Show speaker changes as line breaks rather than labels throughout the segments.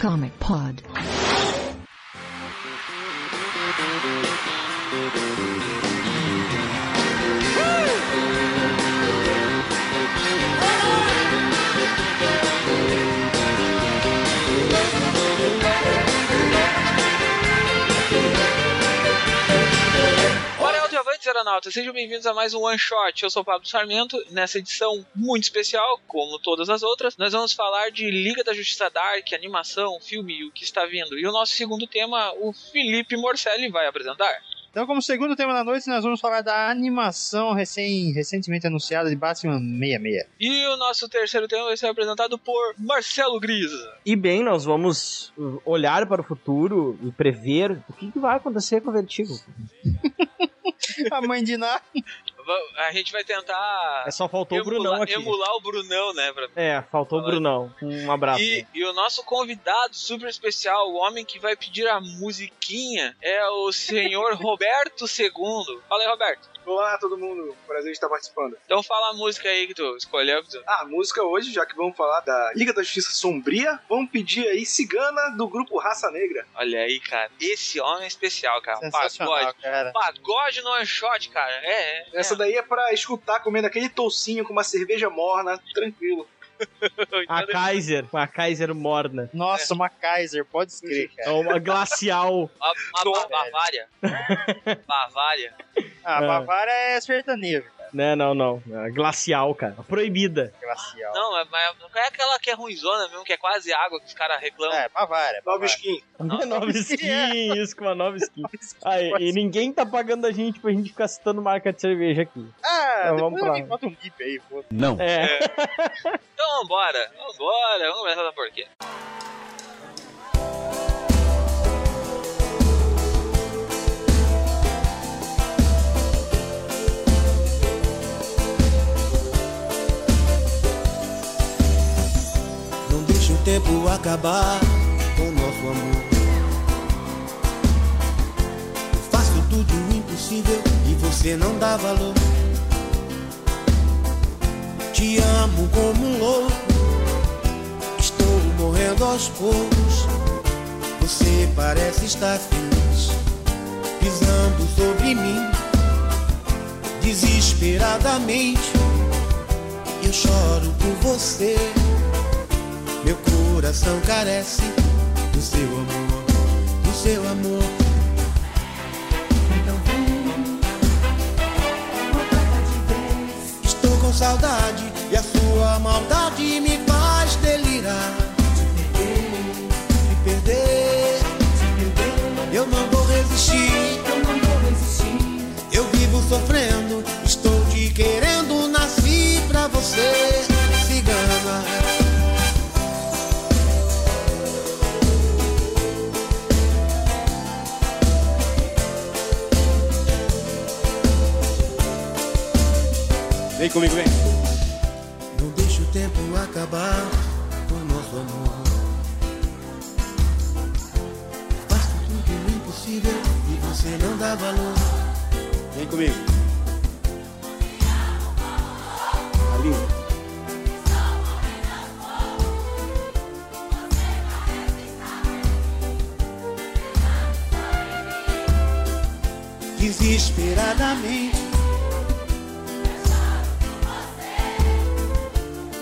Comic Pod.
Olá, Diamantes Aeronautas, sejam bem-vindos a mais um One Shot. Eu sou o Pablo Sarmento. Nessa edição muito especial, como todas as outras, nós vamos falar de Liga da Justiça Dark, animação, filme e o que está vindo. E o nosso segundo tema, o Felipe Morcelli vai apresentar.
Então, como segundo tema da noite, nós vamos falar da animação recém, recentemente anunciada de Batman 66.
E o nosso terceiro tema vai ser apresentado por Marcelo Grisa.
E bem, nós vamos hum, olhar para o futuro e prever o que, que vai acontecer com o Vertigo.
A mãe de Ná.
Va- A gente vai tentar
É, só faltou o
emular,
Brunão aqui.
emular o Brunão, né? pra-
É, faltou o
Fala aí.
Brunão. Um
Tá
abraço.
E, e o nosso convidado super especial, o homem que vai pedir a musiquinha, é o senhor Roberto II. Fala aí, Roberto.
Olá todo mundo, prazer em estar participando.
Então fala a música aí que tu escolheu. que tu-
Ah, a música hoje, já que vamos falar da Liga da Justiça Sombria, vamos pedir aí Cigana do grupo Raça Negra.
Olha aí, cara. Esse homem é especial, cara.
Sensacional,
Pagode.
cara.
Pagode no one shot, cara. É, é.
Essa daí é pra escutar comendo aquele toucinho com uma cerveja morna, tranquilo.
A Kaiser, a Kaiser morna.
Nossa, uma Kaiser, pode escrever,
É
cara.
uma glacial.
A, a
Nossa.
Bavária. Bavária.
A
É.
Bavara é sertanejo, cara.
Não, não, não. É glacial, cara. Proibida.
Glacial.
Não, mas- mas não é aquela que é ruinzona mesmo, que é quase água que os caras reclamam.
É, Bavara.
Nova
Bavara.
skin.
Uma nova skin, isso com uma nova skin. Ah, e-
Pode-
e ninguém tá pagando a gente pra gente ficar citando marca de cerveja aqui.
Ah,
Então,
vamos
vamos
pra...
pra-
bota um bip aí, pô.
É.
Então vambora, vambora, vamos começar essa porquê.
Não deixe o tempo acabar com o nosso amor. Eu faço tudo o impossível e você não dá valor. Te amo como um louco. Estou morrendo aos poucos. Você parece estar feliz, pisando sobre mim, desesperadamente. Eu choro por você. Meu coração carece do seu amor, do seu amor. Então Estou com saudade e a sua maldade me faz delirar. Te perder, eu não vou resistir. Eu vivo sofrendo, estou te querendo, nasci pra você, cigana.
Vem comigo, vem.
Não deixe o tempo acabar com o nosso amor. Faço tudo o impossível e você não dá valor.
Vem comigo. Tá lindo.
Desesperadamente.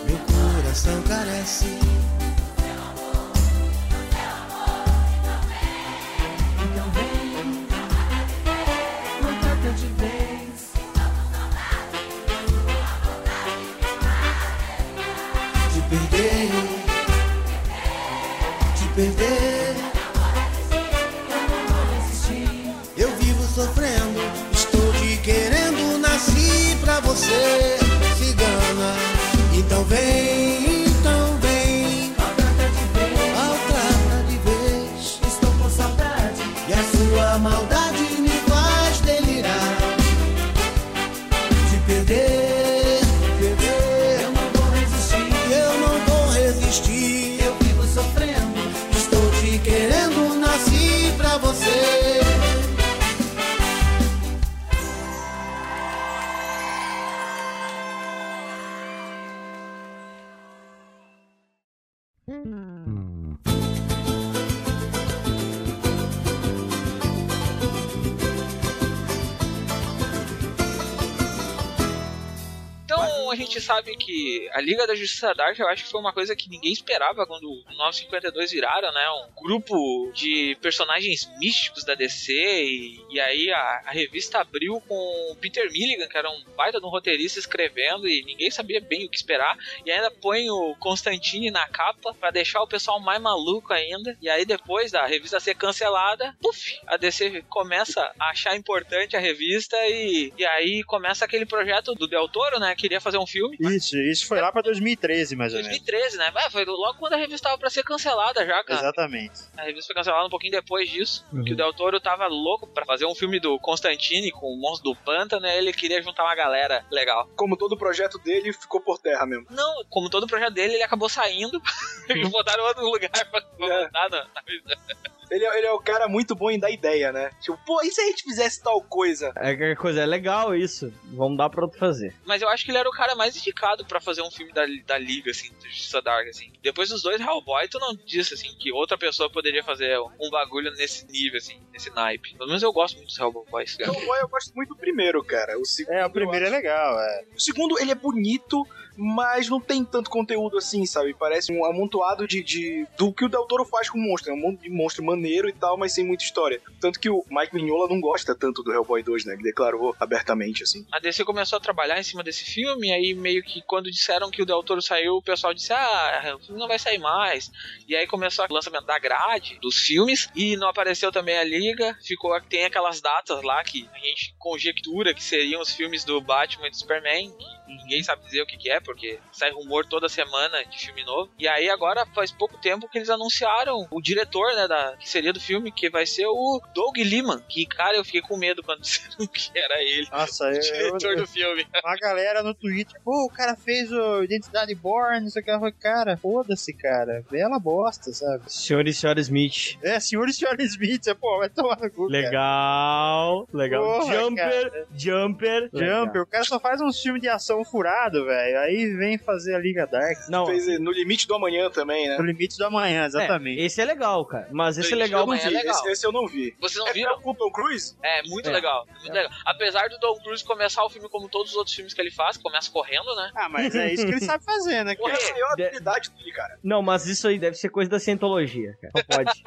Meu coração carece. Te perder, te perder. Eu vivo sofrendo, estou te querendo, nasci pra você, cigana. Então vem, então vem, maltrata de vez. Estou com saudade e a sua maldade me faz delirar. Te perder, te perder, eu não vou resistir, eu não vou resistir. Eu vivo sofrendo, estou te querendo, nasci pra você.
Comic Pod.
Então, gente sabe que a Liga da Justiça Dark, eu acho que foi uma coisa que ninguém esperava quando o 952 viraram, né? Um grupo de personagens místicos da DC. E, e aí a, a revista abriu com o Peter Milligan, que era um baita de um roteirista escrevendo, e ninguém sabia bem o que esperar. E ainda põe o Constantine na capa pra deixar o pessoal mais maluco ainda. E aí depois da revista ser cancelada, puf, a DC começa a achar importante a revista e, e aí começa aquele projeto do Del Toro, né? Queria fazer um filme.
Isso, isso foi lá pra 2013, mais ou menos.
2013, né? Ah, Foi logo quando a revista tava pra ser cancelada já, cara.
Exatamente.
A revista foi cancelada um pouquinho depois disso. Que o Del Toro tava louco pra fazer um filme do Constantine com o monstro do pântano. E ele queria juntar uma galera legal.
Como todo o projeto dele, ficou por terra mesmo.
Não, como todo o projeto dele, ele acabou saindo e botaram outro lugar pra pra
É.
botar na- na revista.
Ele, é- ele é o cara muito bom em dar ideia, né? Tipo, pô, e se a gente fizesse tal coisa?
É que coisa, é legal isso. Vamos dar pra outro fazer.
Mas eu acho que ele era o cara mais indicado pra fazer um filme da, da Liga, assim, do Justiça Dark, assim. Depois dos dois Hellboy, tu não disse, assim, que outra pessoa poderia fazer um bagulho nesse nível, assim, nesse naipe. Pelo menos eu gosto muito dos Hellboys, cara.
Então, eu gosto muito do primeiro, cara. O segundo,
É, o primeiro é legal, é.
O segundo, ele é bonito, mas não tem tanto conteúdo assim, sabe? Parece um amontoado de, de- do que o Del Toro faz com o monstro. É um monte de monstro maneiro e tal, mas sem muita história. Tanto que o Mike Mignola não gosta tanto do Hellboy 2, né? Ele declarou abertamente, assim.
A DC começou a trabalhar em cima desse filme, aí meio que quando disseram que o Del Toro saiu, o pessoal disse, ah, o filme não vai sair mais. E aí começou o lançamento da grade dos filmes, e não apareceu também a Liga, ficou, tem aquelas datas lá que a gente conjectura que seriam os filmes do Batman e do Superman, que ninguém sabe dizer o que que é, porque sai rumor toda semana de filme novo. E aí agora faz pouco tempo que eles anunciaram o diretor, né, da, que seria do filme, que vai ser o Doug Liman, que, cara, eu fiquei com medo quando disseram que era ele
Nossa, eu,
diretor
eu-
do filme.
uma galera no Twitter, pô, o cara fez o Identidade Born, não sei o que. Eu falei, cara, foda-se, cara. Bela bosta, sabe?
Senhor e senhora Smith.
É, senhor e senhora Smith, é, pô, vai tomar no cu, cara.
Legal, legal.
Porra,
jumper, jumper,
Jumper, o cara só faz uns filmes de ação furado, velho. Aí vem fazer a Liga Dark.
Não,
Fez eh, No Limite do Amanhã também, né?
No limite da manhã, exatamente.
É, esse é legal, cara. Mas esse é
Gente,
legal.
eu não
porque-
vi. legal.
Esse, esse eu não vi.
Vocês
É
não viram?
com o Tom Cruise?
É, muito
É.
legal. Muito
É.
legal. Apesar do Don Cruz começar o filme como todos os outros filmes que ele faz, começa correndo, né?
Ah, mas é isso que ele sabe fazer, né?
É
Correr.
Cara?
a maior
de-
habilidade dele, cara.
Não, mas isso aí deve ser coisa da cientologia, cara. Só pode.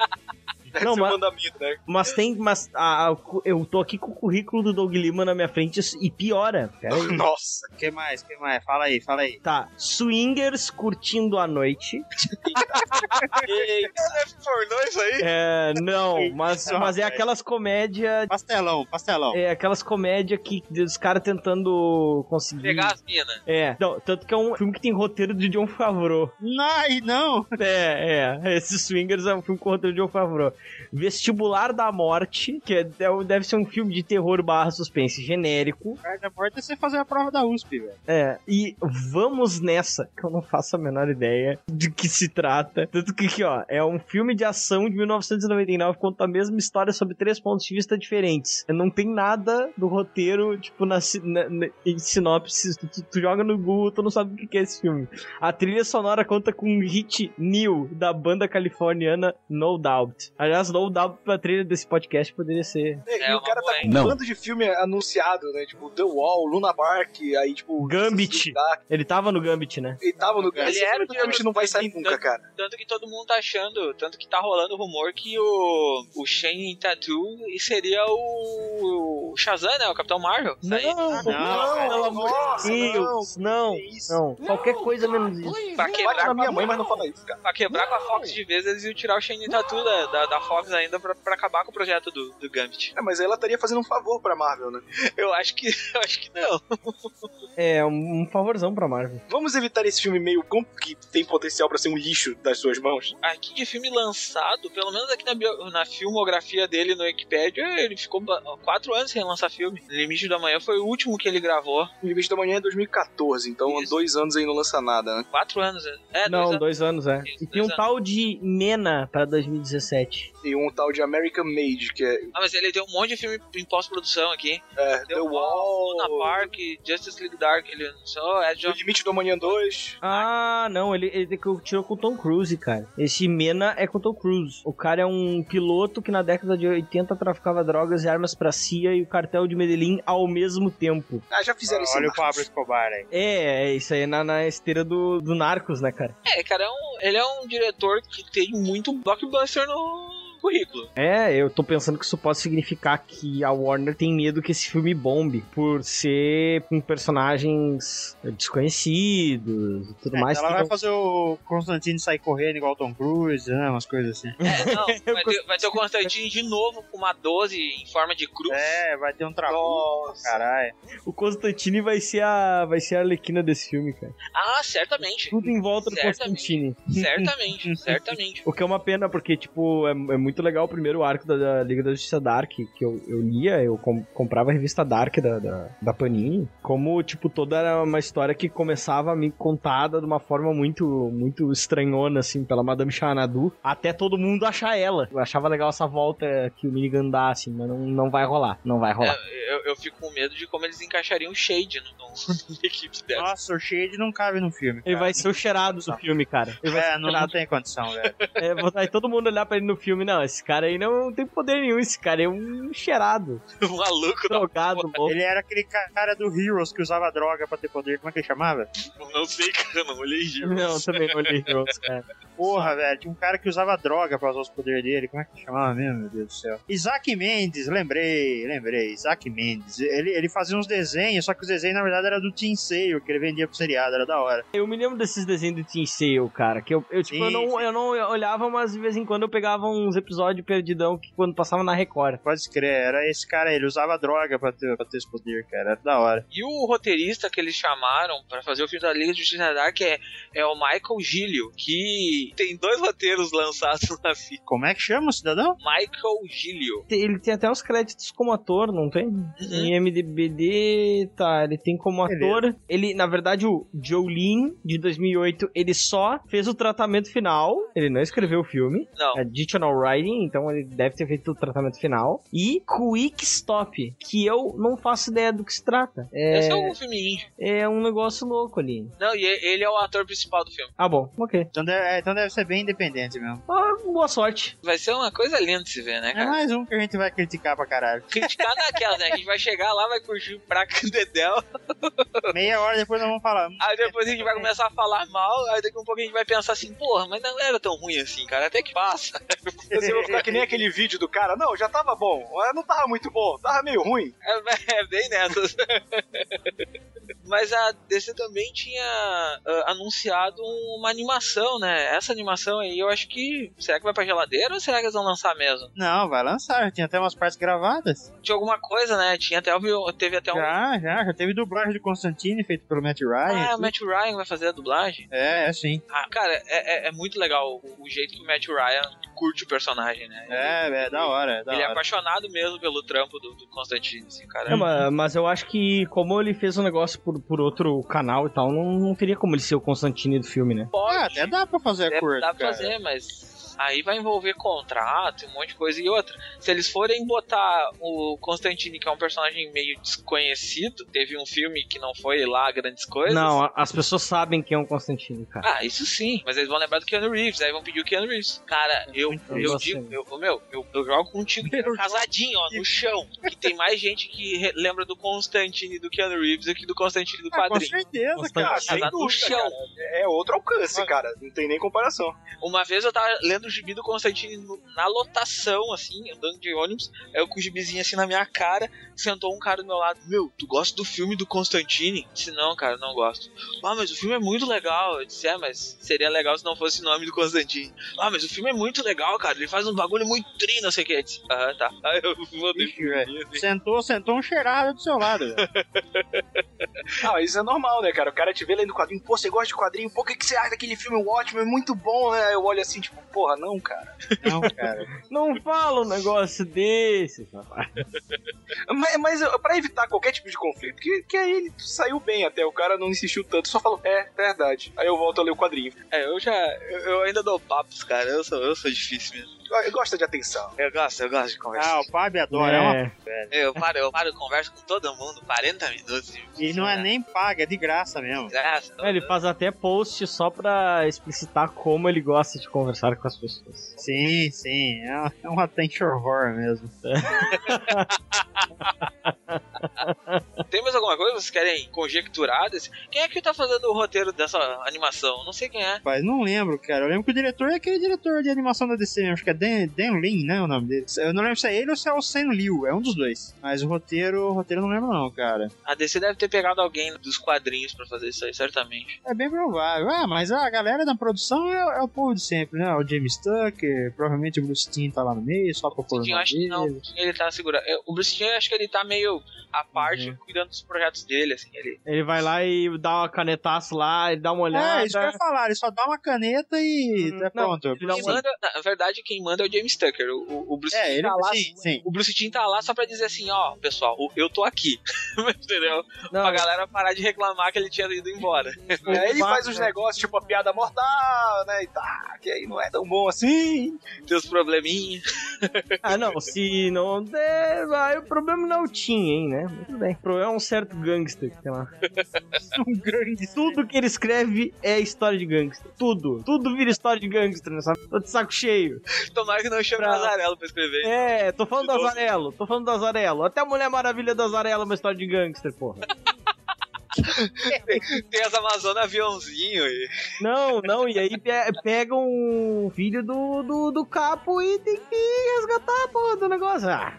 Deve
Não,
ser
mas-
o mandamento, né?
mas tem. Mas ah, ah, eu tô aqui com o currículo do Doug Lima na minha frente e piora. Pera aí.
Nossa.
O que mais? O que mais? Fala aí, fala aí.
Tá, swingers curtindo a noite.
Pornô isso aí?
É, não, mas,
Não,
mas é
velho.
aquelas comédias.
Pastelão, pastelão.
É aquelas comédias que os caras tentando
Uhum.
conseguir.
Pegar as minas.
É, não, tanto que é um filme que tem roteiro de John Favreau.
Não, e não.
É, é. Esse Swingers é um filme com roteiro de John Favreau. Vestibular da Morte, que é- é- deve ser um filme de terror barra suspense genérico.
Perto da porta é você fazer a prova da USP, velho.
É, e vamos nessa, que eu não faço a menor ideia de que se trata. Tanto que aqui, ó, é um filme de ação de 1999, conta a mesma história sob três pontos de vista diferentes. Não tem nada do roteiro, tipo, na, si- na- na- em sinopse. Tu, tu joga no Google, tu não sabe o que que é esse filme. A trilha sonora conta com um hit new da banda californiana No Doubt. Aliás, No Doubt pra trilha desse podcast poderia ser
E,
É
e o
uma
cara tá
boa,
com
hein?
um
Não.
bando de filme anunciado, né? Tipo, The Wall, Luna Park, aí, tipo...
Gambit. Ele tava no Gambit, né?
Ele tava no
Ele
Gambit.
era o
o Gambit não vai sair nunca, cara.
Tanto que todo mundo tá achando, tanto que tá rolando rumor que o, o Shane Tattoo seria o, o Shazam, né? O Capitão Marvel. Isso aí. Ah,
não,
não,
pelo amor
nossa,
de Deus, não,
que isso.
não, qualquer coisa menos isso.
Pra
Bate
quebrar,
na minha mãe, mas não fala isso, cara.
pra quebrar com a Fox de vez, eles iam tirar o Shane Tattoo da, da, da Fox ainda pra, pra acabar com o projeto do, do Gambit.
É, mas ela estaria fazendo um favor pra Marvel, né?
Eu acho que. Eu acho que não.
É um, um favorzão pra Marvel.
Vamos evitar esse filme meio com- que tem potencial pra ser um lixo das suas mãos.
aqui de filme lançado, pelo menos aqui na, bio- na filmografia dele no Wikipedia, ele ficou ba- quatro anos sem lançar filme. Limite da Manhã foi o último que ele gravou.
O Limite da Manhã é 2014, então há
Isso.
dois anos aí não lança nada, né?
Quatro anos, né? É,
não,
dois anos.
dois anos, é.
Isso,
E tem um
dois anos.
tal de Nena pra 2017.
e um tal de American Made, que é,
Ah, mas ele deu um monte de filme em pós-produção aqui.
é The,
Deu um
Wall,
Luna Park, Justice League Dark, ele anunciou, Edge
O
of...
Limite do Amanhã 2.
Ah, não, ele, ele co- tirou com o Tom Cruise, cara. Esse Mena é com o Tom Cruise. O cara é um piloto que na década de 80 traficava drogas e armas pra CIA e o cartel de Medellín ao mesmo tempo.
Ah, já fizeram isso.
Olha
né?
o Pablo Escobar aí.
É, é isso aí na, na esteira do, do Narcos, né, cara?
É, cara, é um- ele é um diretor que tem muito blockbuster no currículo.
É, eu tô pensando que isso pode significar que a Warner tem medo que esse filme bombe por ser com personagens desconhecidos e tudo
É,
mais. então
ela vai
que não-
fazer o Constantine sair correndo igual o Tom Cruise, né? Umas coisas assim.
É, não, vai, ter, vai ter o Constantine de novo com uma 12 em forma de cruz.
É, vai ter um trabalho.
Nossa.
Caralho.
O Constantine vai ser a vai ser a Arlequina desse filme, cara.
Ah, certamente.
Tudo em volta do
Certamente.
Constantine.
Certamente, certamente.
O que é uma pena, porque, tipo, é, é muito legal o primeiro arco da, da Liga da Justiça Dark, que eu, eu lia, eu com- comprava a revista Dark da, da, da Panini, como, tipo, toda era uma história que começava a me contada de uma forma muito, muito estranhona, assim, pela Madame Xanadu, até todo mundo achar ela. Eu achava legal essa volta que o Minigun dá, assim, mas não, não vai rolar, não vai rolar.
Eu, eu fico com medo de como eles encaixariam o Shade no, no, na equipe dela.
Nossa, o Shade não cabe no filme.
Ele
cara.
vai ser o cheirado do filme, cara. Ele vai ser
É,
o
não, não
cheirado.
tem condição, velho.
É, vou- aí todo mundo olhar pra ele no filme, não, esse cara aí não tem poder nenhum, esse cara é um cheirado,
O maluco tá da
drogado, louco.
Ele era aquele cara do Heroes que usava droga pra ter poder. Como é que ele chamava?
Eu Não sei, cara, eu não olhei giro.
Não, também não olhei Heroes, cara.
Porra, velho. Tinha um cara que usava droga pra usar os poderes dele. Como é que ele chamava mesmo, meu Deus do céu? Isaac Mendes, lembrei, lembrei. Isaac Mendes. Ele, ele fazia uns desenhos, só que os desenhos, na verdade, era do Tinseio, que ele vendia pro seriado, era da hora.
Eu me lembro desses desenhos do Teen Sale, cara. Que eu, eu, tipo,
Sim,
eu, não,
sim.
eu não olhava, mas de vez em quando eu pegava uns episódios perdidão que quando passava na Record.
Pode crer, era esse cara aí, ele usava droga pra ter, pra ter esse poder, cara. Era da hora.
E o roteirista que eles chamaram pra fazer o filme da Liga de Justiça Dark é, é o Michael Gilio, que tem dois roteiros lançados na vida.
Como é que chama o cidadão?
Michael Gilio.
Te- Ele tem até os créditos como ator, não tem?
Uhum.
Em MDBD, tá, ele tem como
Beleza.
ator. Ele, na verdade, o Jolene, de 2008, ele só fez o tratamento final. Ele não escreveu o filme.
Não,
Additional Writing, então ele deve ter feito o tratamento final. E Quick Stop, que eu não faço ideia do que se trata.
esse
É,
é um filme indie.
é um negócio louco ali.
Não, e ele é o ator principal do filme.
Ah, bom, ok.
Então deve, é, então deve ser bem independente mesmo.
Ah, boa sorte.
Vai ser uma coisa linda de se ver, né,
É
cara?
mais um que a gente vai criticar pra caralho.
Criticar naquela, né? A gente vai chegar lá, vai curtir pra Candedel,
Meia hora depois nós vamos falar.
aí depois a gente vai começar a falar mal, aí daqui a um pouco a gente vai pensar assim, porra, mas não era tão ruim assim, cara, até que passa.
Você vai ficar que nem aquele vídeo do cara. Não, já tava bom. mas Não tava muito bom. Tava meio ruim.
É, é bem nessas. Mas a DC também tinha ah, anunciado uma animação, né? Essa animação aí, eu acho que. Será que vai pra geladeira ou será que eles vão lançar mesmo?
Não, vai lançar, já tinha até umas partes gravadas.
Tinha alguma coisa, né? Tinha até, o- teve até um.
Já, já, já teve dublagem do Constantine feito pelo Matt Ryan.
Ah,
tudo.
o Matt Ryan vai fazer a dublagem?
É, é sim.
Ah, cara, é, é- é muito legal o, o jeito que o Matt Ryan curte o personagem, né?
É, é da hora, é da
Ele é
hora.
apaixonado mesmo pelo trampo do, do Constantine, assim, cara.
É, ma- mas, eu acho que, como ele fez um negócio por, por outro canal e tal, não, não teria como ele ser o Constantine do filme, né?
Pode,
Ah, até dá pra fazer
É,
acordo,
dá pra
cara.
fazer, mas aí vai envolver contrato, um monte de coisa e outra. Se eles forem botar o Constantine, que é um personagem meio desconhecido, teve um filme que não foi lá grandes coisas.
Não, a- as pessoas sabem quem é o Constantine, cara.
Ah, isso sim, mas eles vão lembrar do Keanu Reeves, aí vão pedir o Keanu Reeves. Cara, eu,
Então,
eu
você.
digo, eu, meu, eu, eu jogo contigo casadinho, ó, no chão. Que tem mais gente que re- lembra do Constantine e do Keanu Reeves do que do Constantine do
Ah, com
quadrinho.
certeza,
Constantine.
Cara,
Tá
sem
casado no
dúvida,
chão.
cara. É outro alcance, cara. Não tem nem comparação.
Uma vez eu tava lendo o gibi do Constantine no- na lotação, assim, andando de ônibus, aí eu com o gibizinho assim na minha cara, sentou um cara do meu lado, meu, tu gosta do filme do Constantine? Eu Disse, não, cara, não gosto. Ah, mas o filme é muito legal. Eu disse, é, mas seria legal se não fosse o nome do Constantine. Ah, mas o filme é muito legal, cara, ele faz um bagulho muito tri, não sei o que. Eu disse, aham, tá. Aí eu vou
Ixi, velho.
assim.
Sentou, sentou um cheirado do seu lado. velho.
Ah, isso é normal, né, cara? O cara te vê lendo quadrinho, pô, você gosta de quadrinho, pô, o que, que você acha daquele filme ótimo? É muito bom, né? Eu olho assim, tipo, porra, não, cara.
Não, cara.
Não fala um negócio desse, rapaz.
Mas, mas eu- pra evitar qualquer tipo de conflito, que, que aí ele saiu bem até, o cara não insistiu tanto, só falou, é, verdade. Aí eu volto a ler o quadrinho.
É, eu já. Eu, eu ainda dou papos, cara. Eu sou, eu sou difícil mesmo.
gosta de atenção.
Eu gosto, eu gosto de
Ah,
conversar.
o Fábio adora. é uma-
É.
Eu paro, eu paro, converso com todo mundo, 40 minutos.
E não é nem paga, é de graça mesmo.
Graça.
Ele faz até post só pra explicitar como ele gosta de conversar com as pessoas.
Sim, sim. É uma- é um attention horror mesmo.
Ah, Tem mais alguma coisa que vocês querem conjecturar? Desse... Quem é que tá fazendo o roteiro dessa animação? Não sei quem é.
Mas não lembro, cara. Eu lembro que o diretor é aquele diretor de animação da DC mesmo. Acho que é Dan, Dan Lin, né? O nome dele. Eu não lembro se é ele ou se é o Sam Liu. É um dos dois. Mas o roteiro, o roteiro eu não lembro, não, cara.
A DC deve ter pegado alguém dos quadrinhos pra fazer isso aí, certamente.
É bem provável. Ah, mas a galera da produção é, é o povo de sempre, né? O James Tucker, provavelmente o Bruce Timm tá lá no meio, só pra pôr o
Eu
nome
acho que não,
dele.
ele tá segurando. Eu- O Bruce Timm, eu acho que ele tá meio à parte,
Uhum.
cuidando dos projetos dele, assim. Ele...
Ele vai lá e dá uma canetaço lá, ele dá uma olhada.
É, isso que eu ia falar. Ele só dá uma caneta e
Hum,
tá
não,
pronto.
ele dá
Quem
uma-
manda, na verdade, quem manda é o James Tucker. O, o- o Bruce
É,
Timm
ele...
tá lá.
Sim, sim.
O Bruce Timm tá lá só pra dizer assim, ó, pessoal, o- eu tô aqui. Entendeu?
Não,
Pra galera parar de reclamar que ele tinha ido embora.
E aí ele
Opa,
faz uns
né?
negócios tipo a piada mortal, né? E tá, que aí não é tão bom assim.
Tem os probleminhas.
Ah, não, se não der, vai, o problema não é o Tim, hein, né? Mas Tudo bem. O problema é um certo gangster que tem lá.
Um grande
Tudo que ele escreve é história de gangster. Tudo. Tudo vira história de gangster, né? sabe? Tô de saco cheio.
Tomara que não chame
Pra-
Nazarelo pra escrever.
É, tô falando do
Nossa.
Azarelo, tô falando do Azarelo. Até a Mulher Maravilha do Azarelo é uma história de gangster, porra.
Tem as Amazonas aviãozinho e.
Não, não, e aí pe- pega um filho do, do, do capo e tem que resgatar a porra do negócio. Ah,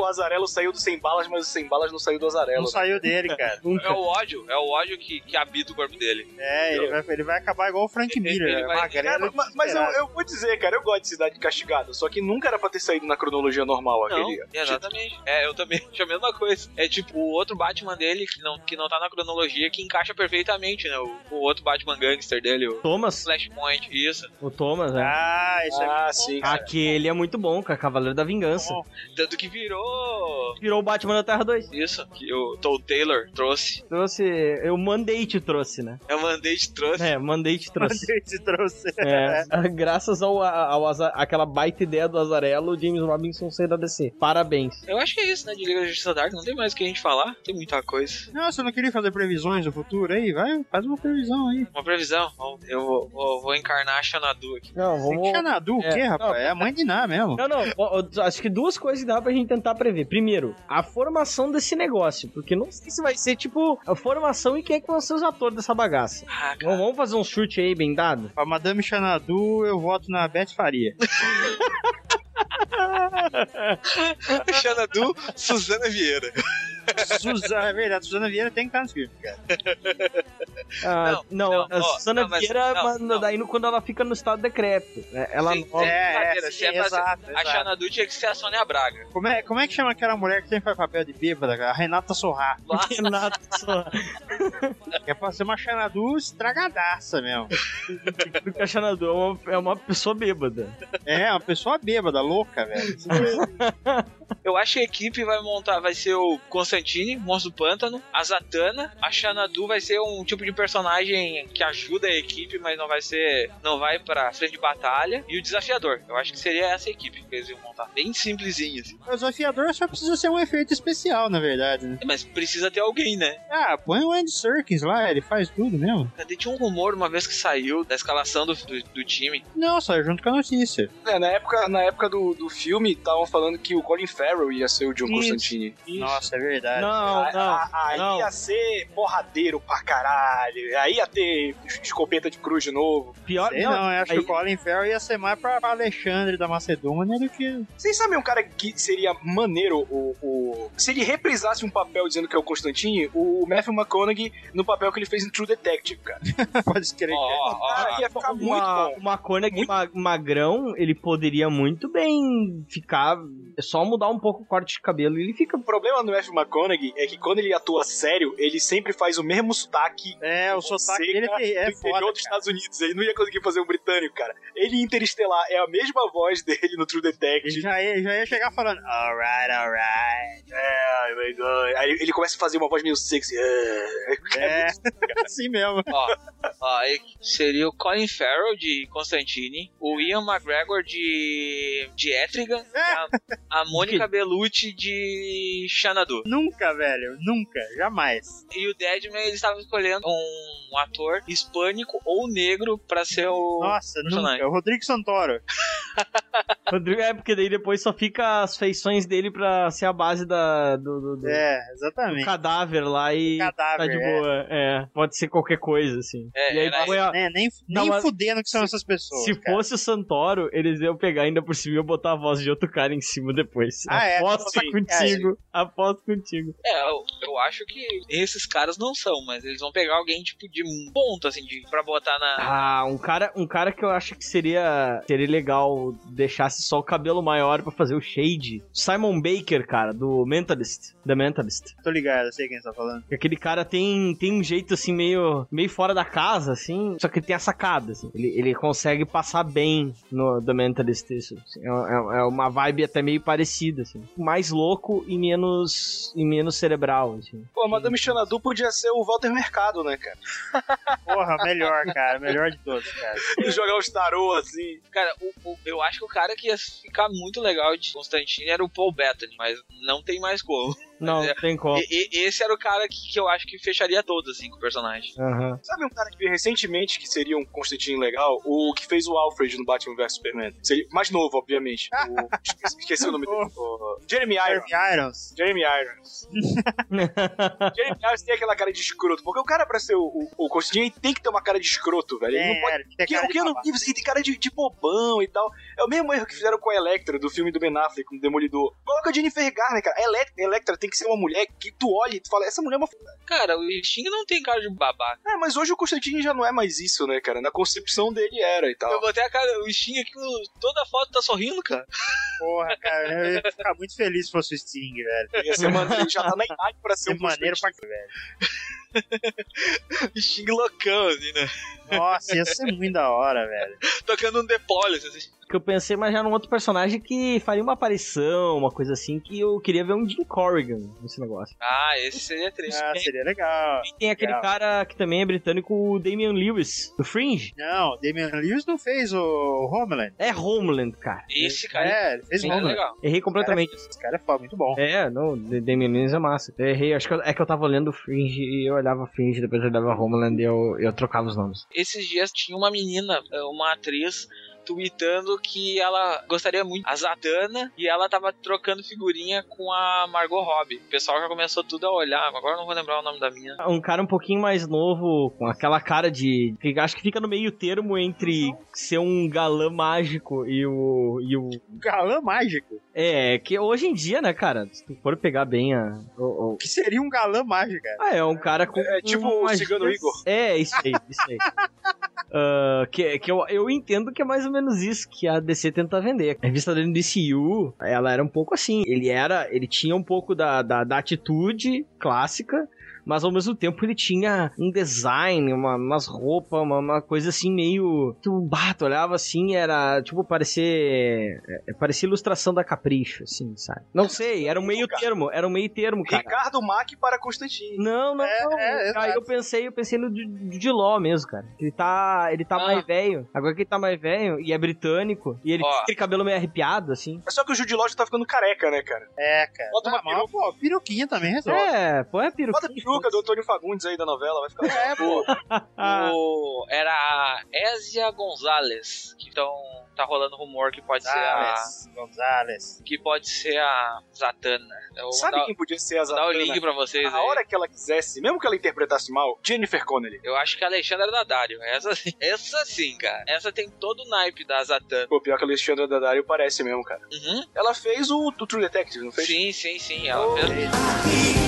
O Azarelo saiu do Sem Balas, mas o Sem Balas não saiu do né? Azarelo.
Não saiu dele, cara.
É
nunca.
o ódio, é o ódio que, que habita o corpo dele.
É, ele vai, ele vai acabar igual o Frank
Ele-
Miller.
ele vai-
É,
magrelo,
ma- mas eu,
desesperado.
eu vou dizer, cara, eu gosto de Cidade Castigada, só que nunca era pra ter saído na cronologia normal
Não,
aquele.
exatamente. É, eu também acho a mesma coisa. É tipo o outro Batman dele, que não, que não tá na cronologia, que encaixa perfeitamente, né? O, o outro Batman gangster dele, o
Thomas,
Flashpoint, isso.
o Thomas, né?
Ah, isso é
Ah, sim. cara.
Aquele é muito bom, cara. Cavaleiro da Vingança.
bom.
Tanto que virou.
Virou o Batman da Terra 2.
Isso, que o Todd Taylor trouxe.
Trouxe. Eu mandei te trouxe, né?
Eu mandei te trouxe.
É, mandei te trouxe.
Mandei te trouxe.
É, graças ao, ao Aza- aquela baita ideia do Azarelo, o James Robinson saiu da DC. Parabéns.
Eu acho que é isso, né? De Liga da Justiça Dark, não tem mais o que a gente falar, tem muita coisa.
Não, você não queria fazer previsões do futuro aí? Vai, faz uma previsão aí.
Uma previsão, vamos- eu vou, vou, vou encarnar a Xanadu aqui.
Não,
Tem que
vamos.
Xanadu, o
É.
quê, rapaz?
Não.
É a mãe de Ná mesmo.
Não, não, ó, ó, acho que duas coisas dá pra gente tentar prever. Primeiro, a formação desse negócio, porque não sei se vai ser tipo a formação e quem é que vão ser os atores dessa bagaça.
Ah, cara.
Vamos- Vamos fazer um chute aí bem dado?
Pra Madame Xanadu, eu voto na Beth Faria.
Xanadu, Suzana Vieira.
Suzana, é verdade, Suzana Vieira tem que estar no filme, cara.
Ah, não,
não,
a
ó,
Susana
não, mas-
Vieira,
não,
mas
não.
daí no- quando ela fica no estado decrépito, né, ela
Sim,
não-
É,
brincadeira,
sim,
se é pra ser-
exato,
A
exato.
Xanadu tinha que ser a Sônia Braga.
Como é, como é que chama aquela mulher que sempre faz papel de bêbada, cara? A Renata Sorrá.
Lá,
Renato só
É pra ser uma Xanadu estragadaça mesmo.
fica achando é uma, é uma pessoa bêbada.
É, uma pessoa bêbada, louca, velho.
eu acho que a equipe vai montar, vai ser o Constantine, Monstro do Pântano, a Zatanna, a Xanadu vai ser um tipo de personagem que ajuda a equipe, mas não vai ser, não vai pra frente de batalha, e o Desafiador. Eu acho que seria essa equipe que eles iam montar, bem simplesinha assim.
O desafiador só precisa ser um efeito especial, na verdade, né?
Mas precisa ter alguém, né?
Ah, põe o Andy Serkis lá, ele faz tudo mesmo.
Cadê? Tinha um rumor uma vez que saiu da escalação do, do, do time.
Não, saiu junto com a notícia.
É, na época, na época do, do filme, estavam falando que o Colin Farrell ia ser o John
Isso.
Constantine.
Nossa, é verdade.
Não,
A-
não.
a- aí
não.
ia ser porradeiro pra caralho. Aí ia ter escopeta de cruz de novo.
Pior
Sei não, eu acho
aí-
que o Colin Farrell ia ser mais pra pra Alexandre da Macedônia do que.
Vocês sabem um cara que seria maneiro o, o- Se ele reprisasse um papel dizendo que é o Constantine, o Matthew McConaughey no papel que ele fez em True Detective, cara.
Pode escrever.
Ó, ó, ó,
Ah, ia ficar muito
uma,
bom.
uma Koenig ma- magrão, ele poderia muito bem ficar. É só mudar um pouco o corte de cabelo e ele fica.
O problema do Matthew McConaughey é que quando ele atua sério, ele sempre faz o mesmo sotaque
É, o
Você,
sotaque dele
cara,
é, é
do interior
foda.
dos Estados Unidos. Ele não ia conseguir fazer um britânico, cara. Ele em interestelar é a mesma voz dele no True
Ele
Detective.
já ia, já ia chegar falando, "Ah, alright, alright.
Oh my God. Aí ele começa a fazer uma voz meio sexy. Ah.
É, assim mesmo.
ó. Ó, e- seria o Colin Farrell de Constantine, o Ian McGregor de, de Etrigan, e a, a Mônica Bellucci de Xanadu.
Nunca, velho. Nunca. Jamais.
E o Deadman, eles estavam escolhendo um ator hispânico ou negro pra ser o...
Nossa,
personagem.
nunca. O Rodrigo Santoro.
Rodrigo, é porque daí depois só fica as feições dele pra ser a base da, do, do- do
É, exatamente.
cadáver lá e tá
Cadáver.
de
é.
boa. É. pode ser qualquer coisa, assim.
É,
e aí
era
põe a-
Né, nem
Não,
nem
mas
fudendo que são
se-
essas pessoas.
Se
cara.
fosse o Santoro, eles iam pegar ainda por cima e iam botar a voz de outro cara em cima depois.
Ah, é,
aposto
sim,
contigo. Aposto contigo.
É, eu, eu acho que esses caras não são, mas eles vão pegar alguém, tipo, de um ponto, assim, de, pra botar na...
Ah, um cara, um cara que eu acho que seria, seria legal deixasse só o cabelo maior pra fazer o shade. Simon Baker, cara, do Mentalist. The Mentalist.
Tô ligado, eu sei quem você tá falando.
Que Aquele cara tem, tem um jeito assim, meio, meio fora da casa, assim. Só que ele tem a sacada, assim. Ele, ele consegue passar bem no The Mentalist. Isso, assim. é, é- é uma vibe até meio parecida, assim. Mais louco e menos, e menos cerebral, assim.
Pô, a Madame Xanadu podia ser o Walter Mercado, né, cara?
Porra, melhor, cara. Melhor de todos, cara.
Jogar os tarô, assim.
Cara, o- o- eu acho que o cara que ia ficar muito legal de Constantine era o Paul Bettany, mas não tem mais como.
Não,
é-
não tem como.
E- e- esse era o cara que, que eu acho que fecharia todos, assim, com o personagem.
Aham.
Sabe um cara que veio recentemente que seria um Constantine legal? O que fez o Alfred no Batman vs Superman. Seria mais novo, obviamente. O... Esqueci, esqueci o nome dele. O... Jeremy Irons.
Irons. Irons.
Jeremy Irons. Jeremy Irons tem aquela cara de escroto. Porque o cara, pra ser o, o, o Constantine, ele tem que ter uma cara de escroto, velho. Ele não
É,
pode.
era, tem
Que,
cara
o
de
Keanu
babaca.
Reeves ele tem cara de, de bobão e tal. É o mesmo erro que fizeram com a Electra, do filme do Ben Affleck, com o Demolidor. Coloca a Jennifer Garner, cara. A Electra, a Electra tem que ser uma mulher que tu olha e tu fala, essa mulher é uma... f-".
Cara, o Sting não tem cara de babaca.
É, mas hoje o Constantine já não é mais isso, né, cara? Na concepção dele era e tal.
Eu botei a cara, o Sting aqui, o- toda a foto tá sorrindo, cara.
Porra, cara. Eu ia ficar muito feliz se fosse o Sting, velho.
Ia ser maneiro, ele já tá na idade pra ser
Que
um
É maneiro pra
Constantine.
velho.
O Sting loucão, assim, né?
Nossa, ia ser muito da hora, velho.
Tocando um The Police, assim.
que eu pensei, mas já num outro personagem que faria uma aparição, uma coisa assim, que eu queria ver um Jim Corrigan nesse negócio.
Ah, esse seria triste.
Ah,
Tem-
seria legal.
E tem aquele
Legal.
cara que também é britânico, o Damian Lewis, do Fringe.
Não, Damian Lewis não fez o Homeland.
É Homeland, cara.
Esse cara
É, ele fez
é,
Homeland.
legal.
Errei completamente.
Esse cara é foda, muito bom.
É, não, D- Damian Lewis é massa. Eu errei, acho que eu- é que eu tava olhando o Fringe e eu olhava Fringe, depois eu olhava Homeland e eu, eu trocava os nomes.
Esses dias tinha uma menina, eh, uma atriz, tweetando que ela gostaria muito a Zatanna e ela tava trocando figurinha com a Margot Robbie. O pessoal já começou tudo a olhar, agora eu não vou lembrar o nome da menina.
Um cara um pouquinho mais novo, com aquela cara de. que Acho que fica no meio termo entre ser um galã mágico e o. e o
Galã mágico.
É, que hoje em dia, né, cara, se tu for pegar bem a. o- o-
O que seria um galã mágico, cara?
Ah, é um cara com.
É, tipo
com
o
magias-
Cigano Igor.
É, isso aí, isso aí. Ah, que que eu, eu entendo que é mais ou menos isso que a DC tenta vender. A revista dele do DCU, ela era um pouco assim. Ele era. Ele tinha um pouco da, da, da atitude clássica. Mas ao mesmo tempo ele tinha um design, uma, umas roupas, uma, uma coisa assim meio. Tu, bah, tu olhava assim, era tipo parecer é, Parecia ilustração da Capricho, assim, sabe? Não sei, era um meio termo, era um meio termo, cara.
Ricardo Mack para Constantine.
Não, não,
É,
não.
é,
Aí
exato.
eu pensei, eu pensei no Diló mesmo, cara. Ele tá, ele tá
Ah.
mais velho. Agora que ele tá mais velho e é britânico, e ele
Ó.
tem aquele cabelo meio arrepiado, assim.
É só que o Jude Law já tá ficando careca, né, cara?
É, cara.
Bota uma
Ah, mas, pô, peruquinha também resolve.
É, pô, é peruca.
Bota a peruca do Antônio Fagundes aí da novela, vai ficar...
É, pô.
Ah,
O- era a Ezia Gonzalez, que então tá rolando rumor que pode ser a
Gonzales. Gonzales.
que pode ser a Zatanna. Eu vou
Sabe
dar,
quem podia ser a
vou dar o link
Zatanna?
pra vocês
A
aí.
hora que ela quisesse, mesmo que ela interpretasse mal, Jennifer Connelly.
Eu acho que a Alexandra Daddario, essa, sim- essa sim, cara. Essa tem todo o naipe da Zatanna.
Pô, pior que a Alexandra Daddario parece mesmo, cara.
Uhum.
Ela fez o, o True Detective, não fez?
Sim, sim, sim. é Ela fez
Aqui,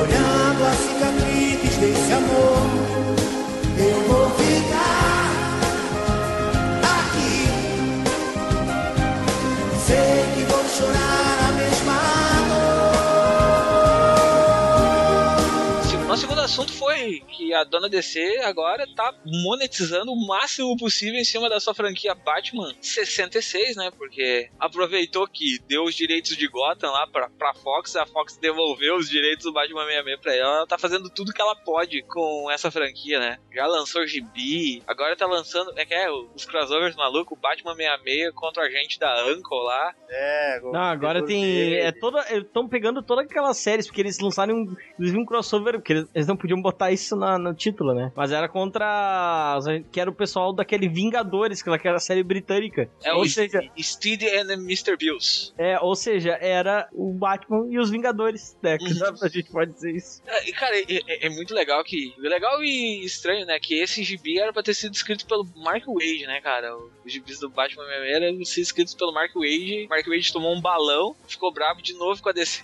olhando as cicatrizes desse amor, eu vou ficar aqui. Sei que vou chorar a mesma dor.
Se- Assim, Nosso segundo assunto foi foi que a dona DC agora tá monetizando o máximo possível em cima da sua franquia Batman 66, né? Porque aproveitou que deu os direitos de Gotham lá pra, pra Fox, a Fox devolveu os direitos do Batman 66 pra ela. Ela tá fazendo tudo que ela pode com essa franquia, né? Já lançou Gibi, agora tá lançando. É que é os crossovers maluco, Batman 66 contra a gente da Uncle lá.
É,
Não, agora tem. É toda. Estão pegando todas aquelas séries, porque eles lançaram um. Eles viram um crossover, porque eles, eles não podiam botar isso na, no título, né? Mas era contra. os- Que era o pessoal daquele Vingadores, que era aquela série britânica.
É
ou,
o
seja,
Steed and Mr. Bills.
é, ou seja, era o Batman e os Vingadores, né? Que dá- a gente pode dizer isso.
É, e, cara, é, é- é muito legal que. Legal e estranho, né? Que esse gibi era pra ter sido escrito pelo Mark Wade, né, cara? O- Os gibis do Batman mesmo eram ser escritos pelo Mark Wade. Mark Wade tomou um balão, ficou bravo de novo com a DC.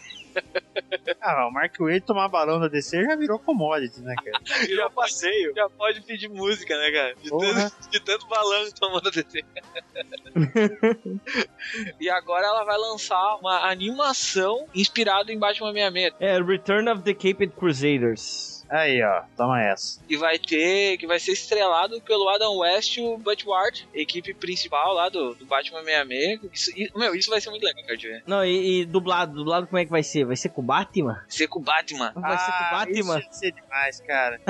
Ah, o Mark Wade tomar balão da DC já virou commodity, né, cara?
Já passeio.
Já pode pedir música, né, cara? De,
Porra.
tanto, de tanto balão que tomou da DC. e agora ela vai lançar uma animação inspirada em Batman 66.
É, Return of the Caped Crusaders.
Aí, ó, toma essa.
que vai ter, que vai ser estrelado pelo Adam West e o Butch Ward, equipe principal lá do, do Batman 66. Isso, e- meu, isso vai ser muito legal, cara, de ver.
Não, e, e dublado, dublado como é que vai ser? Vai ser com o Batman?
Ser com o Batman.
Vai ser com o Batman?
Ah, Isso ia ser demais, cara.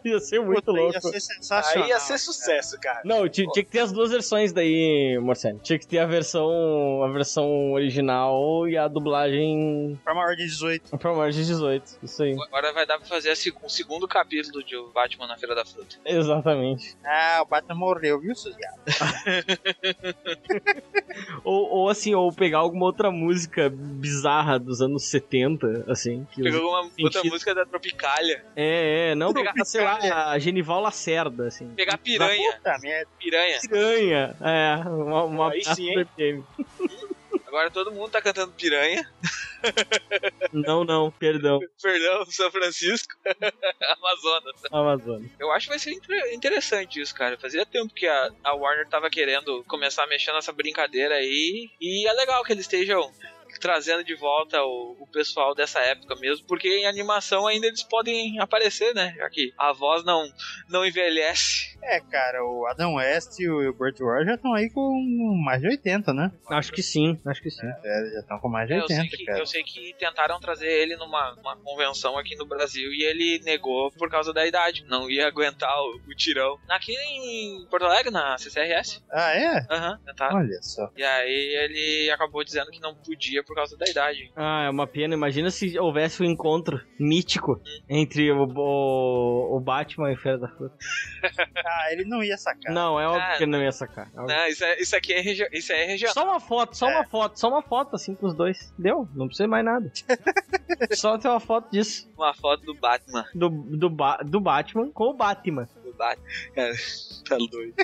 ia ser muito
Puta,
louco.
Ia ser sensacional.
Aí ia ser sucesso, cara.
Não, ti- tinha que ter as duas versões daí, Marcelo. Tinha que ter a versão, a versão original e a dublagem
Pra maior de 18.
pra maior de 18. Isso aí.
Agora vai dar pra fazer a seg- o segundo capítulo de o Batman na Feira da Fruta.
Exatamente.
Ah, o Batman morreu, viu, seus viados?
Ou, ou assim, ou pegar alguma outra música bizarra dos anos 70, assim. Que os-
Pegou uma outra
Sentido.
música da Tropicália.
É, é, não
Pegar-
pegar, sei lá, a Genival Lacerda, assim.
Pegar piranha.
Puta merda.
Piranha.
Piranha. É, uma, uma
Aí sim,
praça do FM.
Agora todo mundo tá cantando piranha.
Não, não, perdão.
Perdão, São Francisco. Amazonas.
Amazonas.
Eu acho que vai ser inter- interessante isso, cara. Fazia tempo que a, a Warner tava querendo começar a mexer nessa brincadeira aí. E é legal que eles estejam trazendo de volta o, o pessoal dessa época mesmo, porque em animação ainda eles podem aparecer, né? Já que a voz não, não envelhece.
É, cara, o Adam West e o Burt Ward já estão aí com mais de 80, né?
Acho que sim, acho que sim.
É, já estão com mais de
Eu sei,
80,
que,
cara.
eu sei que tentaram trazer ele numa numa convenção aqui no Brasil e ele negou por causa da idade. Não ia aguentar o, o tirão. Aqui em Porto Alegre, na CCRS.
Ah, é?
Aham, tentaram.
Olha só.
E aí ele acabou dizendo que não podia por causa da idade.
Ah, é uma pena. Imagina se houvesse um encontro mítico entre o, o, o Batman e o Fera da Fruta.
Ah, ele não ia sacar.
Não, é óbvio
Ah,
que ele não ia sacar. É óbvio.
Né? Isso, é- isso aqui é, regi- isso é regional.
Só uma foto, só
É.
uma foto, só uma foto assim com os dois. Deu, não precisa mais nada. só ter uma foto disso.
Uma foto do Batman.
Do, do, Ba- do Batman com o Batman.
Do Batman. Cara, tá doido.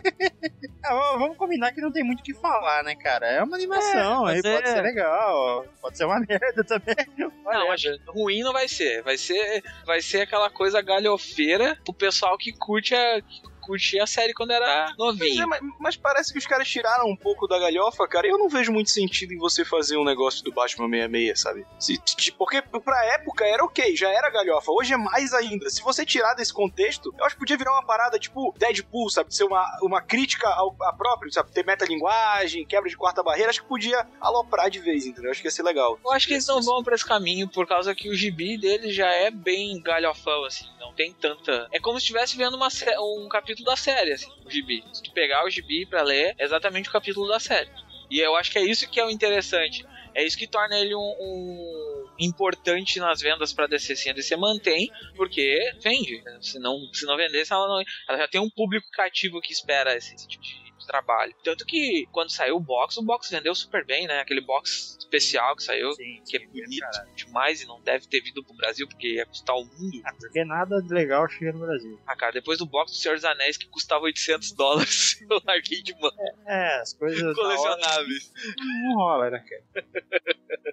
Ah, v- vamos combinar que não tem muito o que falar, né, cara? É uma animação,
É,
aí
mas
pode
é-
ser legal, pode ser uma merda também.
Não, acho que ruim não vai ser. Vai ser, vai ser aquela coisa galhofeira pro pessoal que curte a, que curte a série quando era
Pois é,
novinho.
mas, mas parece que os caras tiraram um pouco da galhofa, cara. e Eu não vejo muito sentido em você fazer um negócio do Batman 66, sabe? Se- se- porque pra época era ok, já era galhofa. Hoje é mais ainda. Se você tirar desse contexto, eu acho que podia virar uma parada tipo Deadpool, sabe? Ser uma, uma crítica ao, a próprio, sabe? Ter metalinguagem, quebra de quarta barreira. Acho que podia aloprar de vez, entendeu? Acho que ia ser legal.
Eu acho que eles não vão pra esse caminho, por causa que o gibi deles já é bem galhofão, assim, não tem tanta. É como se estivesse vendo uma sé- um capítulo da série, assim, o gibi. Se tu pegar o gibi pra ler, é exatamente o capítulo da série. E eu acho que é isso que é o interessante. É isso que torna ele um, um importante nas vendas pra DC. Assim, a DC mantém, porque vende. Se não, se não vendesse, ela não. Ela já tem um público cativo que espera esse, esse tipo de de trabalho. Tanto que quando saiu o box, o box vendeu super bem, né? Aquele box especial que saiu
Sim,
que é bonito demais e não deve ter vindo pro Brasil porque ia custar o mundo.
Ah, porque nada de legal chega no Brasil.
Ah, cara, depois do box do Senhor dos Anéis que custava 800 dólares, eu larguei de mão
É, as coisas da hora
colecionáveis.
não rola, né, cara?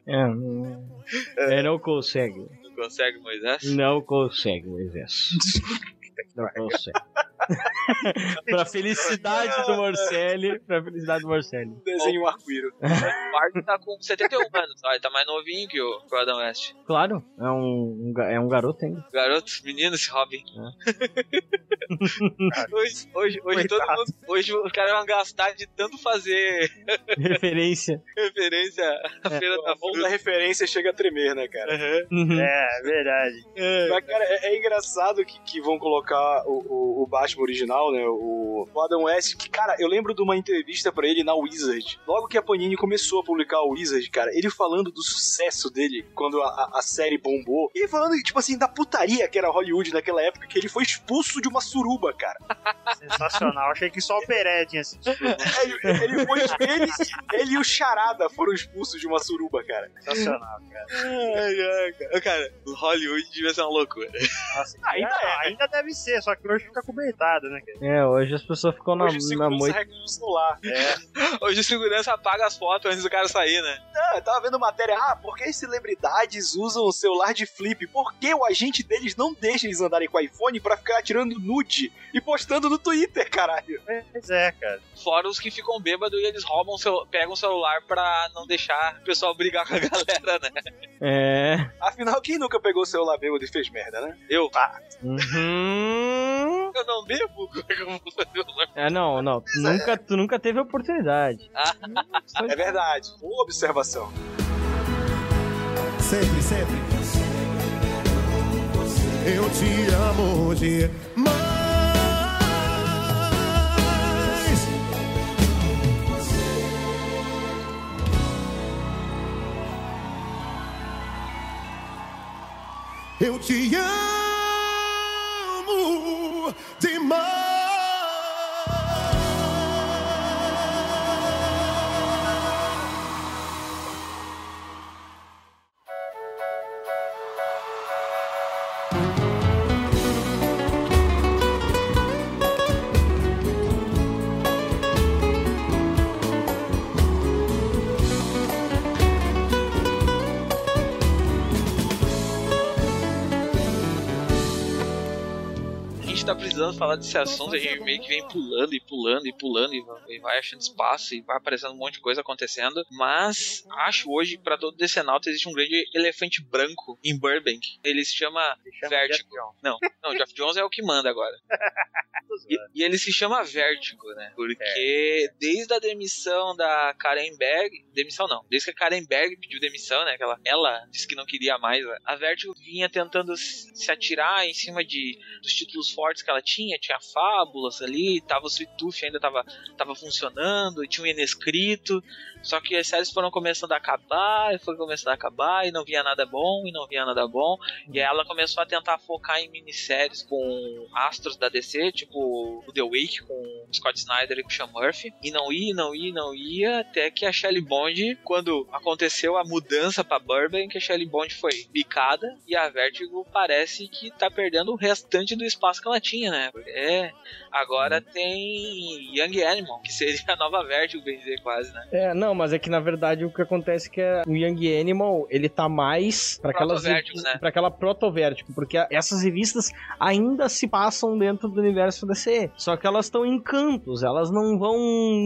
É, não, é, não consegue.
Não consegue, Moisés?
Não consegue, Moisés. Não consegue. pra felicidade do Morcelli. Pra felicidade do Morcelli.
Desenho um arco-íro.
O Bart tá com 71 anos, ó, ele tá mais novinho que o, que o Adam West.
Claro, é um, um ga- é um garoto ainda.
Garoto, menino, esse Robin. hoje, hoje, hoje, todo
Coitado.
mundo, hoje os caras vão gastar de tanto fazer
Referência.
referência à Feira da
A mão da
Volta.
referência chega a tremer, né, cara?
Uhum.
É, verdade.
Mas, cara, é, é engraçado que, que vão colocar o, o, o Batman original, né? O, o Adam West, que, cara, eu lembro de uma entrevista pra ele na Wizard. Logo que a Panini começou a publicar o Wizard, cara, ele falando do sucesso dele quando a, a- a série bombou. E ele falando, tipo assim, da putaria que era Hollywood naquela época, que ele foi expulso de uma suruba, cara.
Sensacional. Achei que só o Peré tinha sido.
É, Ele, ele, foi, ele, ele e o Charada foram expulsos de uma suruba, cara.
Sensacional, cara.
Ai, ai, cara. Cara, Hollywood devia ser uma loucura.
Nossa,
Ainda
ainda,
é, né?
ainda deve ser, só que hoje fica cobertado, né, cara?
É, hoje as pessoas ficam na,
Hoje o
na
segurança
moita.
reclama o celular.
É,
Hoje o segurança apaga as fotos antes do cara sair, né?
Ah, eu tava vendo matéria, ah, por que as celebridades usam o celular de flip? Por que o agente deles não deixa eles andarem com o iPhone pra ficar tirando nude e postando no Twitter, caralho?
Pois é, cara.
Fora os que ficam bêbados e eles roubam, o celu- pegam o celular pra não deixar o pessoal brigar com a galera, né?
É.
Afinal, quem nunca pegou o celular bêbado e fez merda, né?
Eu,
Uhum.
eu não bebo? Como é que eu vou fazer o
É, não, não. Tu nunca, tu nunca teve oportunidade.
É verdade. Boa observação.
Sempre, sempre. Eu te amo demais. Eu te amo demais.
A gente tá precisando falar desse assunto, a gente meio que vem pulando e pulando e pulando e vai- e vai achando espaço e vai aparecendo um monte de coisa acontecendo. Mas acho hoje, pra todo decenalto, existe um grande elefante branco em Burbank. Ele se chama
Se chama
Vertigo.
Jeff Jones.
Não, não, Jeff Jones é o que manda agora. E, e ele se chama Vértigo, né? Porque
É.
desde a demissão da Karen Berg. Demissão não. Desde que a Karen Berg pediu demissão, né? que ela, ela disse que não queria mais. né, A Vértigo vinha tentando s- se atirar em cima de, dos títulos fortes que ela tinha. Tinha Fábulas ali, tava o Sweet Tooth ainda tava, tava funcionando, tinha um Inescrito. Só que as séries foram começando a acabar, e foi começando a acabar, e não vinha nada bom, e não vinha nada bom. E aí ela começou a tentar focar em minisséries com astros da DC, tipo o The Wake com o Scott Snyder e com o Sean Murphy. E não ia, não ia, não ia, até que a Shelley Bond, quando aconteceu a mudança pra Burbank, a Shelley Bond foi picada e a Vertigo parece que tá perdendo o restante do espaço que ela tinha, né? É, agora tem Young Animal, que seria a nova Vertigo, bem dizer, quase, né?
É, não, mas é que na verdade o que acontece é que é- o Young Animal, ele tá mais pra aquelas
Protovértigo, né?
pra aquela protovértigo, porque a- essas revistas ainda se passam dentro do universo DC, só que elas estão em cantos, elas não vão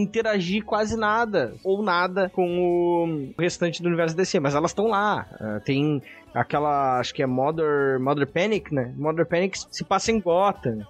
interagir quase nada ou nada com o- o restante do universo DC, mas elas estão lá. Ah, tem aquela, acho que é Mother, Mother Panic, né? Mother Panic se passa em Gotham.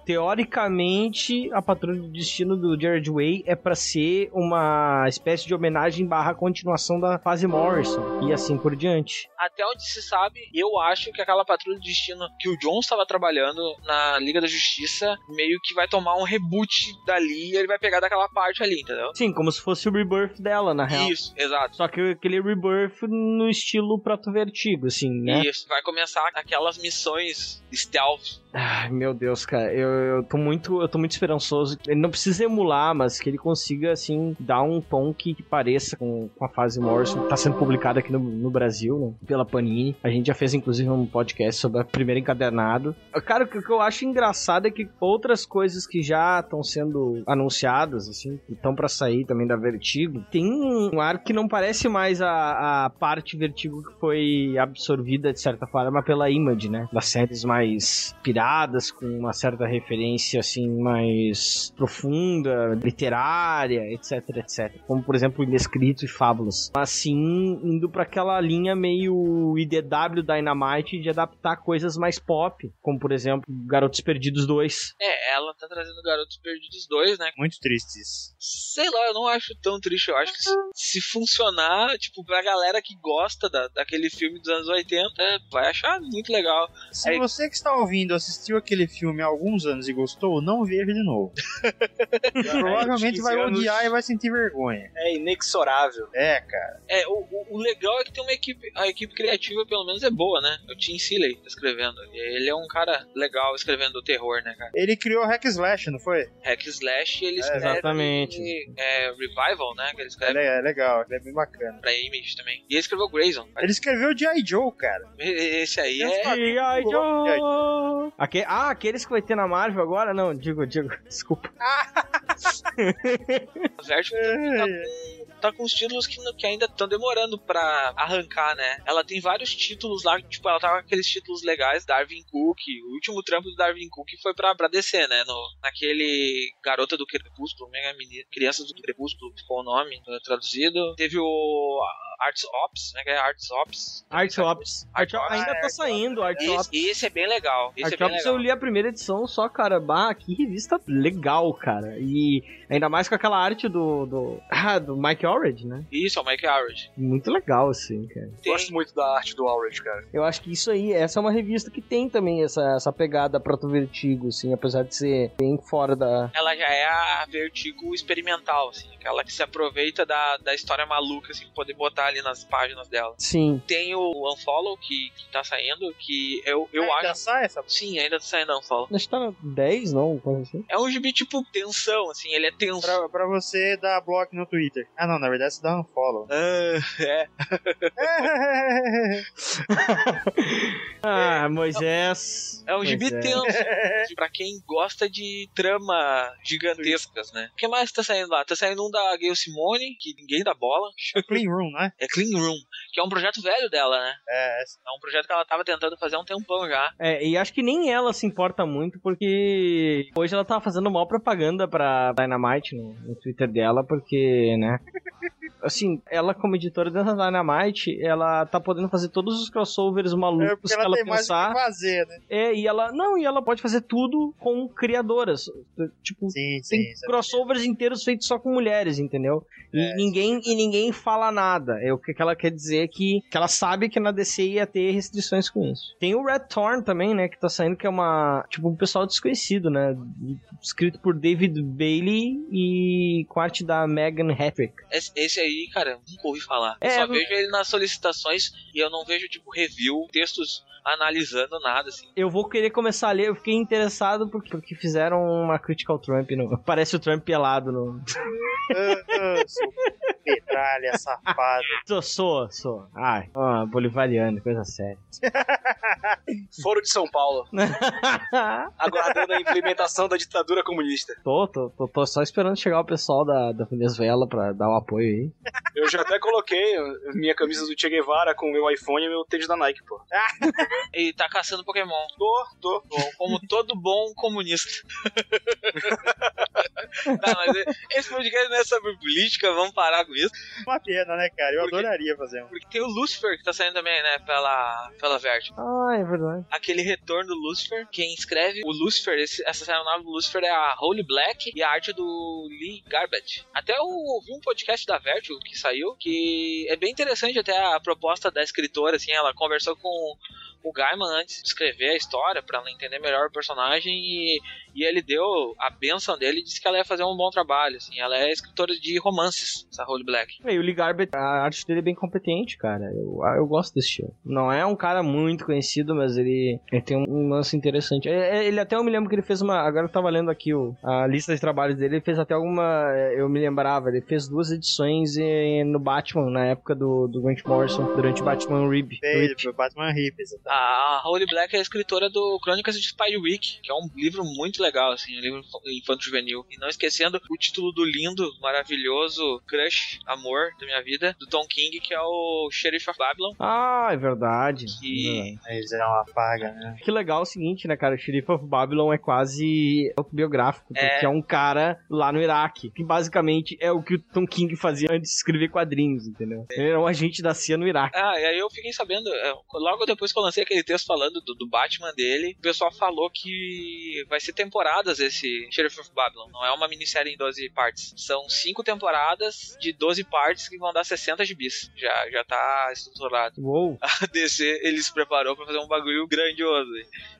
Teoricamente, a Patrulha do Destino do Jared Way é pra ser uma espécie de homenagem barra continuação da fase Morrison e assim por diante.
até onde se sabe, eu acho que aquela patrulha de destino que o John estava trabalhando na Liga da Justiça meio que vai tomar um reboot dali e ele vai pegar daquela parte ali, entendeu?
Sim, como se fosse o rebirth dela, na real.
Isso, exato.
Só que aquele rebirth no estilo Prato Vertigo, assim, né?
Isso, vai começar aquelas missões stealth.
Ai, meu Deus, cara, eu, eu tô muito, eu tô muito esperançoso. Ele não precisa emular, mas que ele consiga, assim, dar um tom que, que pareça com, com a fase Morrison, que tá sendo publicada aqui no, no Brasil, né, pela Panini. A gente já fez, inclusive, um podcast sobre a primeira encadernado. Cara, o que o que eu acho engraçado é que outras coisas que já estão sendo anunciadas, assim, que estão pra sair também da Vertigo, tem um ar que não parece mais a, a parte Vertigo que foi absorvida inspirada, de certa forma, pela Image, né? Das séries mais piradas, com uma certa referência, assim, mais profunda, literária, etc, etc. Como, por exemplo, Inescrito e Fábulas. Assim, indo pra aquela linha meio IDW Dynamite de adaptar coisas mais pop, como, por exemplo, Garotos Perdidos 2.
É, ela tá trazendo Garotos Perdidos 2, né?
Muito tristes.
Sei lá, eu não acho tão triste. Eu acho que se, se funcionar, tipo, pra galera que gosta da, daquele filme dos anos 80, vai achar muito legal.
Se
Aí-
você que está ouvindo assistiu aquele filme há alguns anos e gostou, não veja de novo. Provavelmente vai
15 É, anos.
odiar e vai sentir vergonha.
É inexorável.
É, cara.
É, o, o- o legal é que tem uma equipe, a equipe criativa pelo menos é boa, né? O Tim Seeley tá escrevendo. E Ele é um cara legal escrevendo o terror, né, cara?
Ele criou o Hack Slash, não foi?
Hack Slash, ele escreve.
exatamente.
é, Revival, né? Que ele
É
escreve
le- é legal, ele é bem bacana.
pra Image também. E ele escreveu Grayson.
Ele escreveu o G.I. Joe, cara.
Esse aí
Deus
é.
G.I.
louco,
Joe! Aque- ah, aqueles que vai ter na Marvel agora? Não, digo, digo, desculpa.
A Vertigo tá,
É.
com- tá com os títulos que, que ainda estão demorando pra arrancar, né? Ela tem vários títulos lá, tipo, ela tá com aqueles títulos legais, Darwin Cook. O último trampo do Darwin Cook foi pra, pra DC, né? No, naquele Garota do Crepúsculo, né? Meni- Crianças do Crepúsculo, ficou o nome eh, traduzido. Teve o a- Arts Ops, né? Que é Arts Ops.
Art Ops. Art Ops.
Ah,
Ainda tá saindo, Art Ops.
Esse, esse é bem legal. Esse é
Art
bem
Ops eu
legal.
li a primeira edição só, cara. Bah, que revista legal, cara. E ainda mais com aquela arte do. do, ah, do Mike Orred, né?
Isso, é o Mike Howard.
Muito legal, assim, cara.
Gosto muito da arte do Alred, cara.
Eu acho que isso aí, essa é uma revista que tem também essa, essa pegada proto-vertigo, assim, apesar de ser bem fora da.
ela já é a Vertigo experimental, assim, aquela que se aproveita da, da história maluca, assim, pra poder botar ali nas páginas dela.
Sim.
Tem o Unfollow que, que tá saindo, que eu, eu
Ainda
acho.
sai essa
Sim, ainda tá saindo Unfollow.
Acho que tá na 10, não? Coisa assim.
É um gibi tipo tensão, assim, ele é tenso.
pra, pra você dar bloco no Twitter. Ah, não, na verdade você dá um follow.
Ah, é.
Ah, Moisés.
É um gibi
Moisés.
tenso. pra quem gosta de trama gigantescas, né? O que mais tá saindo lá? Tá saindo um da Gail Simone, que ninguém dá bola.
Clean Room, né?
É Clean Room, que é um projeto velho dela, né?
É, essa.
É um projeto que ela tava tentando fazer há um tempão já.
É, e acho que nem ela se importa muito, porque hoje ela tá fazendo mal propaganda pra Dynamite no, no Twitter dela, porque, né? Assim, ela como editora da Dynamite, ela tá podendo fazer todos os crossovers
é
malucos
porque
que
ela
ela
tem mais o
pensar.
que fazer, né?
É, e ela. Não, e ela pode fazer tudo com criadoras. Tipo,
Sim,
tem
sim. sim.
crossovers inteiros feitos só com mulheres, entendeu? E
É,
ninguém e ninguém fala nada. É o que que ela quer dizer é que, que ela sabe que na DC ia ter restrições com isso. Tem o Red Thorn também, né, que tá saindo que é uma, tipo, um pessoal desconhecido, né, escrito por David Bailey e com arte da Megan Hattrick.
Esse, esse aí, cara, nunca ouvi falar.
É,
eu só
eu-
vejo ele nas solicitações e eu não vejo, tipo, review, textos analisando nada, assim.
Eu vou querer começar a ler, eu fiquei interessado porque, porque fizeram uma critical Trump no, parece o Trump pelado no
Ah, ah, seu Petralha, safado.
Sou, sou, sou. Ai, ah, bolivariano, coisa séria.
Foro de São Paulo,
Ah.
aguardando a implementação da ditadura comunista.
Tô, tô, tô, tô só esperando chegar o pessoal da, da Venezuela pra dar o apoio aí.
Eu já até coloquei eh, minha camisa do Che Guevara com o meu iPhone e meu tênis da Nike, pô.
E tá caçando Pokémon.
Tô, tô.
Bom, Como todo bom comunista. tá, mas esse podcast não é sobre política, vamos parar com isso.
Uma pena, né, cara? Eu
Por quê?
adoraria fazer um.
Porque tem o Lucifer que tá saindo também, né, pela, pela Vertigo.
Ah, é verdade.
aquele retorno do Lucifer. Quem escreve o Lucifer, esse- essa série nova do Lucifer é a Holy Black e a arte do Lee Garbage. Até eu ouvi um podcast da Vertigo que saiu, que é bem interessante até a proposta da escritora, assim, ela conversou com o Gaiman antes de escrever a história, pra ela entender melhor o personagem e, e ele deu a benção dele e disse que ela ia fazer um bom trabalho, assim, ela é escritora de romances, essa Holy Black.
E o Lee Garbett, a arte dele é bem competente, cara. Eu, ah, eu gosto desse estilo. Não é um cara muito conhecido, mas ele, ele tem um lance interessante. É, é, Ele até eu me lembro que ele fez uma. Agora eu tava lendo aqui o- a lista de trabalhos dele, ele fez até alguma. é, Eu me lembrava, ele fez duas edições eh, no Batman, na época do, do Grant Morrison, durante Batman Rib.
Beijo pro Batman Hippies. Tá?
A, a Holly Black é a escritora do Crônicas de Spiderwick, que é um livro muito legal, assim, um livro infanto-juvenil. E não esquecendo o título do lindo, maravilhoso Crush, Amor da Minha Vida, do Tom King, que é o Sheriff of Babylon.
Ah, é verdade.
Que
Mas é uma paga, né?
Que legal o seguinte, né, cara? O Sheriff of Babylon é quase autobiográfico,
É.
porque é um cara lá no Iraque, que basicamente é o que o Tom King fazia antes de escrever quadrinhos,
É.
entendeu? Ele era um agente da CIA no Iraque.
Ah, e aí eu fiquei sabendo, é, logo depois que eu lancei aquele texto falando do, do Batman dele, o pessoal falou que vai ser temporadas esse Sheriff of Babylon. Não é uma minissérie em 12 partes. São cinco temporadas de 12 partes que vão dar 60 gibis. Já, já tá estruturado.
Uou!
A DC, ele se preparou pra fazer um bagulho grandioso.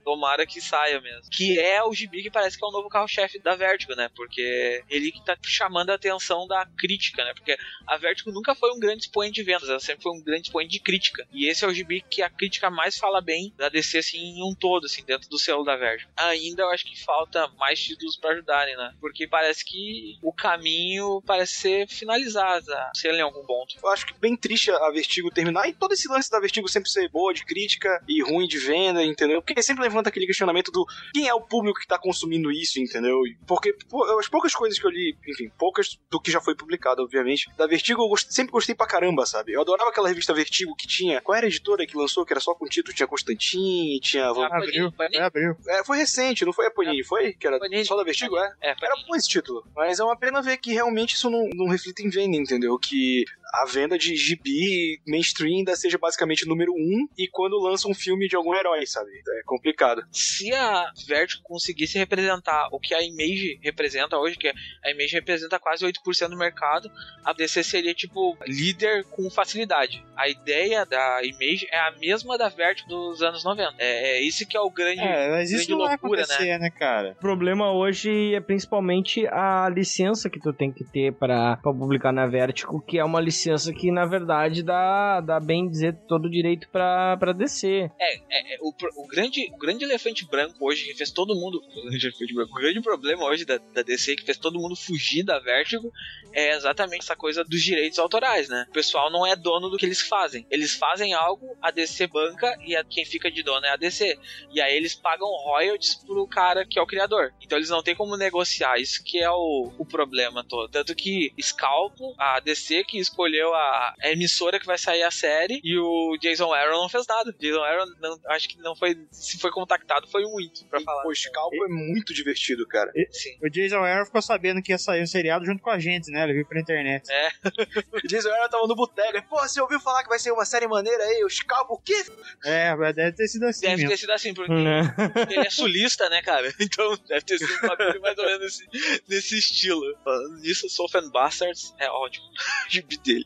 Tomara que saia mesmo. Que é o gibi que parece que é o novo carro-chefe da Vertigo, né? Porque ele que tá chamando a atenção da crítica, né? Porque a Vertigo nunca foi um grande expoente de vendas, ela sempre foi um grande expoente de crítica. E esse é o gibi que a crítica mais fala bem da DC, assim, em um todo, assim, dentro do selo da Vertigo. Ainda eu acho que falta mais títulos pra ajudarem, né? Porque parece que o caminho parece ser finalizado, né? se ele em algum ponto.
Eu acho que bem triste a Vertigo terminar e todo esse lance da Vertigo sempre ser boa de crítica e ruim de venda, entendeu? Porque sempre levanta aquele questionamento do quem é o público que tá consumindo isso, entendeu? Porque pô, eu- as poucas coisas que eu li, enfim, poucas do que já foi publicado, obviamente, da Vertigo eu gost- sempre gostei pra caramba, sabe? Eu adorava aquela revista Vertigo que tinha. Qual era a editora que lançou que era só com título? Tinha Constantine, tinha. Van-
Ah.
Abriu,
Panini,
É, abriu.
É, foi recente, não foi a Panini, foi? Que era
Panini.
só da Vertigo, é?
É,
Era
Panini.
bom esse título, mas é uma pena ver que realmente isso não, não reflita em venda, entendeu? Que a venda de gibi mainstream ainda seja basicamente número um e quando lança um filme de algum herói, sabe? É complicado.
se a Vertigo conseguisse representar o que a Image representa hoje, que a Image representa quase 8% do mercado, a DC seria tipo líder com facilidade. A ideia da Image é a mesma da Vertigo dos anos 90. É, é isso que é o grande.
É, mas isso
grande
não vai
loucura,
acontecer, né, cara?
O problema hoje é principalmente a licença que tu tem que ter pra pra publicar na Vertigo, que é uma licença que, na verdade, dá, dá bem dizer, todo o direito pra, pra descer.
É, o, pro- o grande, o grande elefante branco hoje, que fez todo mundo. O grande, elefante branco, o grande problema hoje da, da DC, que fez todo mundo fugir da Vertigo, é exatamente essa coisa dos direitos autorais, né? O pessoal não é dono do que eles fazem. Eles fazem algo, a DC banca e a- quem fica de dono é a DC. E aí eles pagam royalties pro cara que é o criador. Então eles não têm como negociar. Isso que é o, o problema todo. Tanto que Scalpo, a DC que escolheu a, a emissora que vai sair a série, e o Jason Aaron não fez nada. Jason Aaron não- acho que não foi. Se foi contactado, foi muito pra falar.
Pô, Scalpo é muito divertido, cara.
Sim.
O Jason Aaron ficou sabendo que ia sair um seriado junto com a gente, né? Ele veio pela internet.
O Jason Aaron tava no boteco. Pô, você ouviu falar que vai ser uma série maneira aí? O Scalpo, o quê?
É, mas deve ter sido assim
Deve
mesmo.
ter sido assim, porque
Né?
ele é sulista, né, cara? Então deve ter sido um bagulho mais ou menos nesse, nesse estilo. Falando nisso, Soul and Bastards é ótimo. Gibi dele.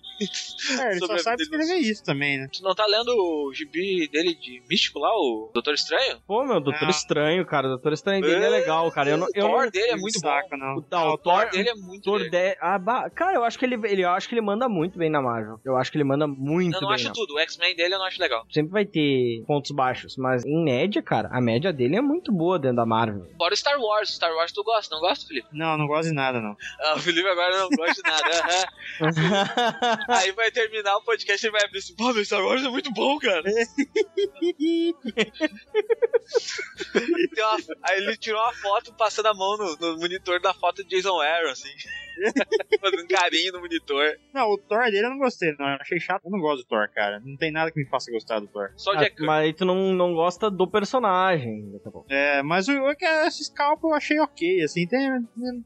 É, ele só
sobre a
sabe
vida
escrever isso também, né?
Tu não tá lendo o gibi dele de místico lá, o Doutor Estranho?
Pô, meu, Doutor
Não.
Estranho, cara. O Doutor Estranho dele é legal, cara. Eu não,
Ah. o
eu
Thor
não-
dele é muito bom.
saco, não.
O, tá, o
O Thor
Thor,
dele é muito
Doutor
dele.
de- ah, ba- cara, eu acho que ele, ele- eu acho que ele manda muito bem na Marvel. Eu acho que ele manda muito
Eu não
bem.
acho
na-
tudo. O X-Men dele eu não acho legal.
Sempre vai ter pontos baixos, mas em média, cara, a média dele é muito boa dentro da Marvel.
Fora o Star Wars. O Star Wars tu gosta, não gosta, Felipe?
Não, não gosto de nada, não.
Ah, o Felipe agora não gosta de nada. aham. Aí vai terminar o podcast e vai abrir assim, pô, meu Star Wars é muito bom, cara. Tem uma- Aí ele tirou uma foto passando a mão no, no monitor da foto de Jason Aaron, assim. Fazendo um carinho no monitor.
Não, o Thor dele eu não gostei, não. Eu achei chato. Eu não gosto do Thor, cara. Não tem nada que me faça gostar do Thor.
Só o
Ah,
Jack
mas aí tu não, não gosta do personagem. né, tá daqui a pouco.
É, mas o, o que é esse scalp eu achei ok, assim. Tem,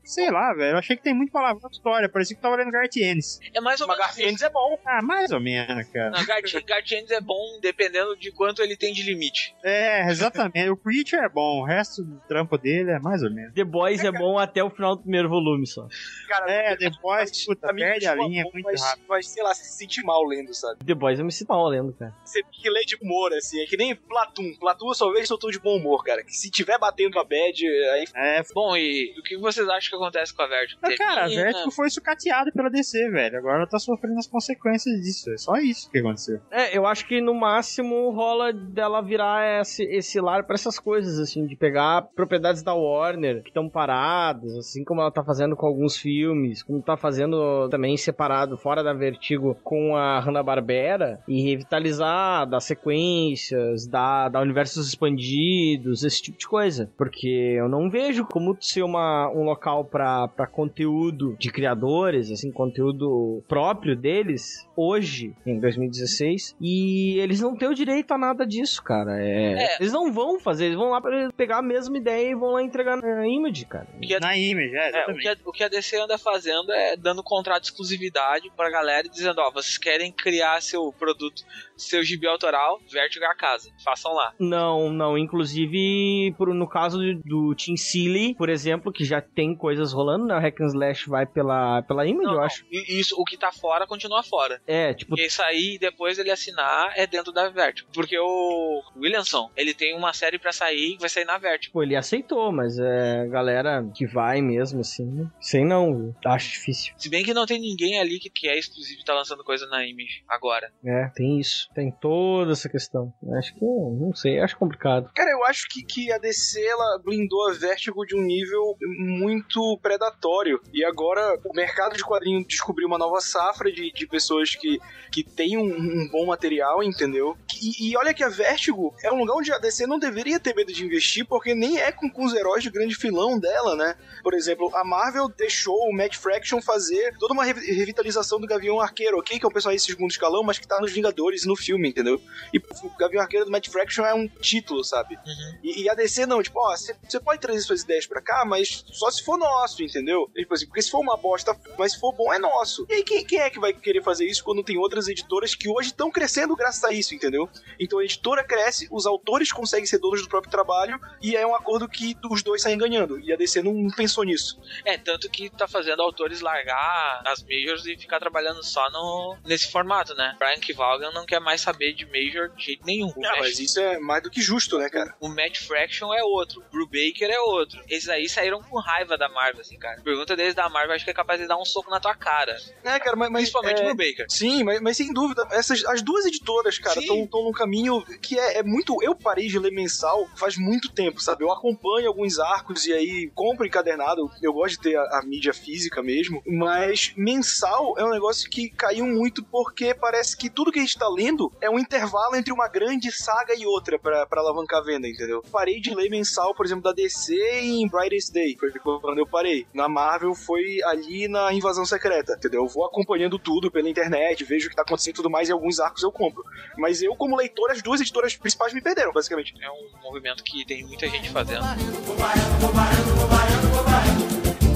sei lá, velho. Eu achei que tem muito palavrão de história. Parecia que tava lendo Gartienes.
É mais ou
Mas
menos isso.
Garfiennes é bom.
Ah, mais ou menos, cara.
Não, Guardi- Guardians é bom dependendo de quanto ele tem de limite.
É, exatamente. o Preacher é bom. O resto do trampo dele é mais ou menos.
The Boys é bom até o final do primeiro volume só.
Cara,
É, depois, puta,
pra mim,
perde a
continua
linha é
bom,
muito
mas,
rápido.
Mas, sei lá, se sente mal lendo, sabe?
The Boys é eu me sinto mal lendo, cara.
Você tem que ler de humor, assim. É que nem Platum. Platum eu só vejo se eu tô de bom humor, cara. Que se tiver batendo a bad, aí
É, f-
Bom, e o que vocês acham que acontece com a Vertigo?
mas, Ah, cara, a
Termina?
Vertigo foi sucateada pela DC, velho. Agora ela tá sofrendo as consequências disso. É só isso que aconteceu.
É, eu acho que no máximo rola dela virar esse, esse lar pra essas coisas, assim, de pegar propriedades da Warner que estão paradas, assim como ela tá fazendo com alguns filmes, como tá fazendo também separado, fora da Vertigo, com a Hanna-Barbera, e revitalizar, dar sequências, dar, dar universos expandidos, esse tipo de coisa. Porque eu não vejo como ser uma, um local pra pra conteúdo de criadores, assim, conteúdo próprio deles, hoje, em 2016, e eles não têm o direito a nada disso, cara. É,
É.
Eles não vão fazer, eles vão lá pra pegar a mesma ideia e vão lá entregar na Image, cara.
Que é-
Na Image,
É,
é,
o, que
exatamente.
a, o que a DC anda fazendo é dando contrato de exclusividade pra galera e dizendo, ó, vocês querem criar seu produto, seu gibi autoral, Vertigo é a casa, façam lá.
Não, não. Inclusive, por- no caso do Team Silly, por exemplo, que já tem coisas rolando, né? O Hack and Slash vai pela, pela Image,
Não,
eu
não,
acho.
e Isso, o que tá fora, continua fora.
É, tipo,
Porque isso aí, depois ele assinar, é dentro da Vertigo. Porque o Williamson, ele tem uma série pra sair, que vai sair na Vertigo.
Pô, Tipo, ele aceitou, mas é galera que vai mesmo, assim. Sei não, viu? acho difícil.
Se bem que não tem ninguém ali que, que é exclusivo e tá lançando coisa na Image agora.
É, tem isso. Tem toda essa questão. Acho que, não sei, acho complicado.
Cara, eu acho que, que a DC ela blindou a Vertigo de um nível muito predatório. E agora o mercado de quadrinho descobriu uma nova safra de, de pessoas que, que tem um, um bom material, entendeu? E, e olha que a Vertigo é um lugar onde a DC não deveria ter medo de investir, porque nem é com, com os heróis de grande filão dela, né? Por exemplo, a Marvel deixou o Matt Fraction fazer toda uma revi- revitalização do Gavião Arqueiro, ok? Que é um personagem de segundo escalão, mas que tá nos Vingadores no filme, entendeu? E tipo, o Gavião Arqueiro do Matt Fraction é um título, sabe? E, e a DC não, tipo, ó, você pode trazer suas ideias pra cá, mas só se for nosso, entendeu? E, Tipo assim, porque se for uma bosta, mas se for bom, é nosso. E aí, quem, quem é que vai querer fazer isso quando tem outras editoras que hoje estão crescendo graças a isso, entendeu? Então a editora cresce, os autores conseguem ser donos do próprio trabalho, e é um acordo que os dois saem ganhando. E a DC não pensou nisso.
É, tanto que tá fazendo autores largar as majors e ficar trabalhando só no, nesse formato, né? Frank Valgan não quer mais saber de major de jeito nenhum. O,
Ah,
Matt,
mas isso é mais do que justo, né, cara?
o Matt Fraction é outro, o Brubaker é outro. Esses aí saíram com raiva da Marvel, assim, cara. Pergunta deles da Marvel, acho que é capaz de dar um soco na tua cara.
É, cara, mas. mas
Principalmente
é...
o Brubaker.
Sim, mas, mas sem dúvida, essas as duas editoras, cara,
Sim.
estão num caminho que é, é muito. Eu parei de ler mensal faz muito tempo, sabe? Eu acompanho alguns arcos e aí compro encadernado. Eu gosto de ter a, a mídia física mesmo, mas mensal é um negócio que caiu muito porque parece que tudo que a gente tá lendo é um intervalo entre uma grande saga e outra pra pra alavancar a venda, entendeu? Parei de ler mensal, por exemplo, da DC em Brightest Day, foi quando eu parei. Na Marvel foi ali na Invasão Secreta, entendeu? Eu vou acompanhando tudo pela internet, vejo o que tá acontecendo e tudo mais, e alguns arcos eu compro. Mas eu, como leitor, as duas editoras principais me perderam, basicamente.
É um movimento que tem muita gente fazendo.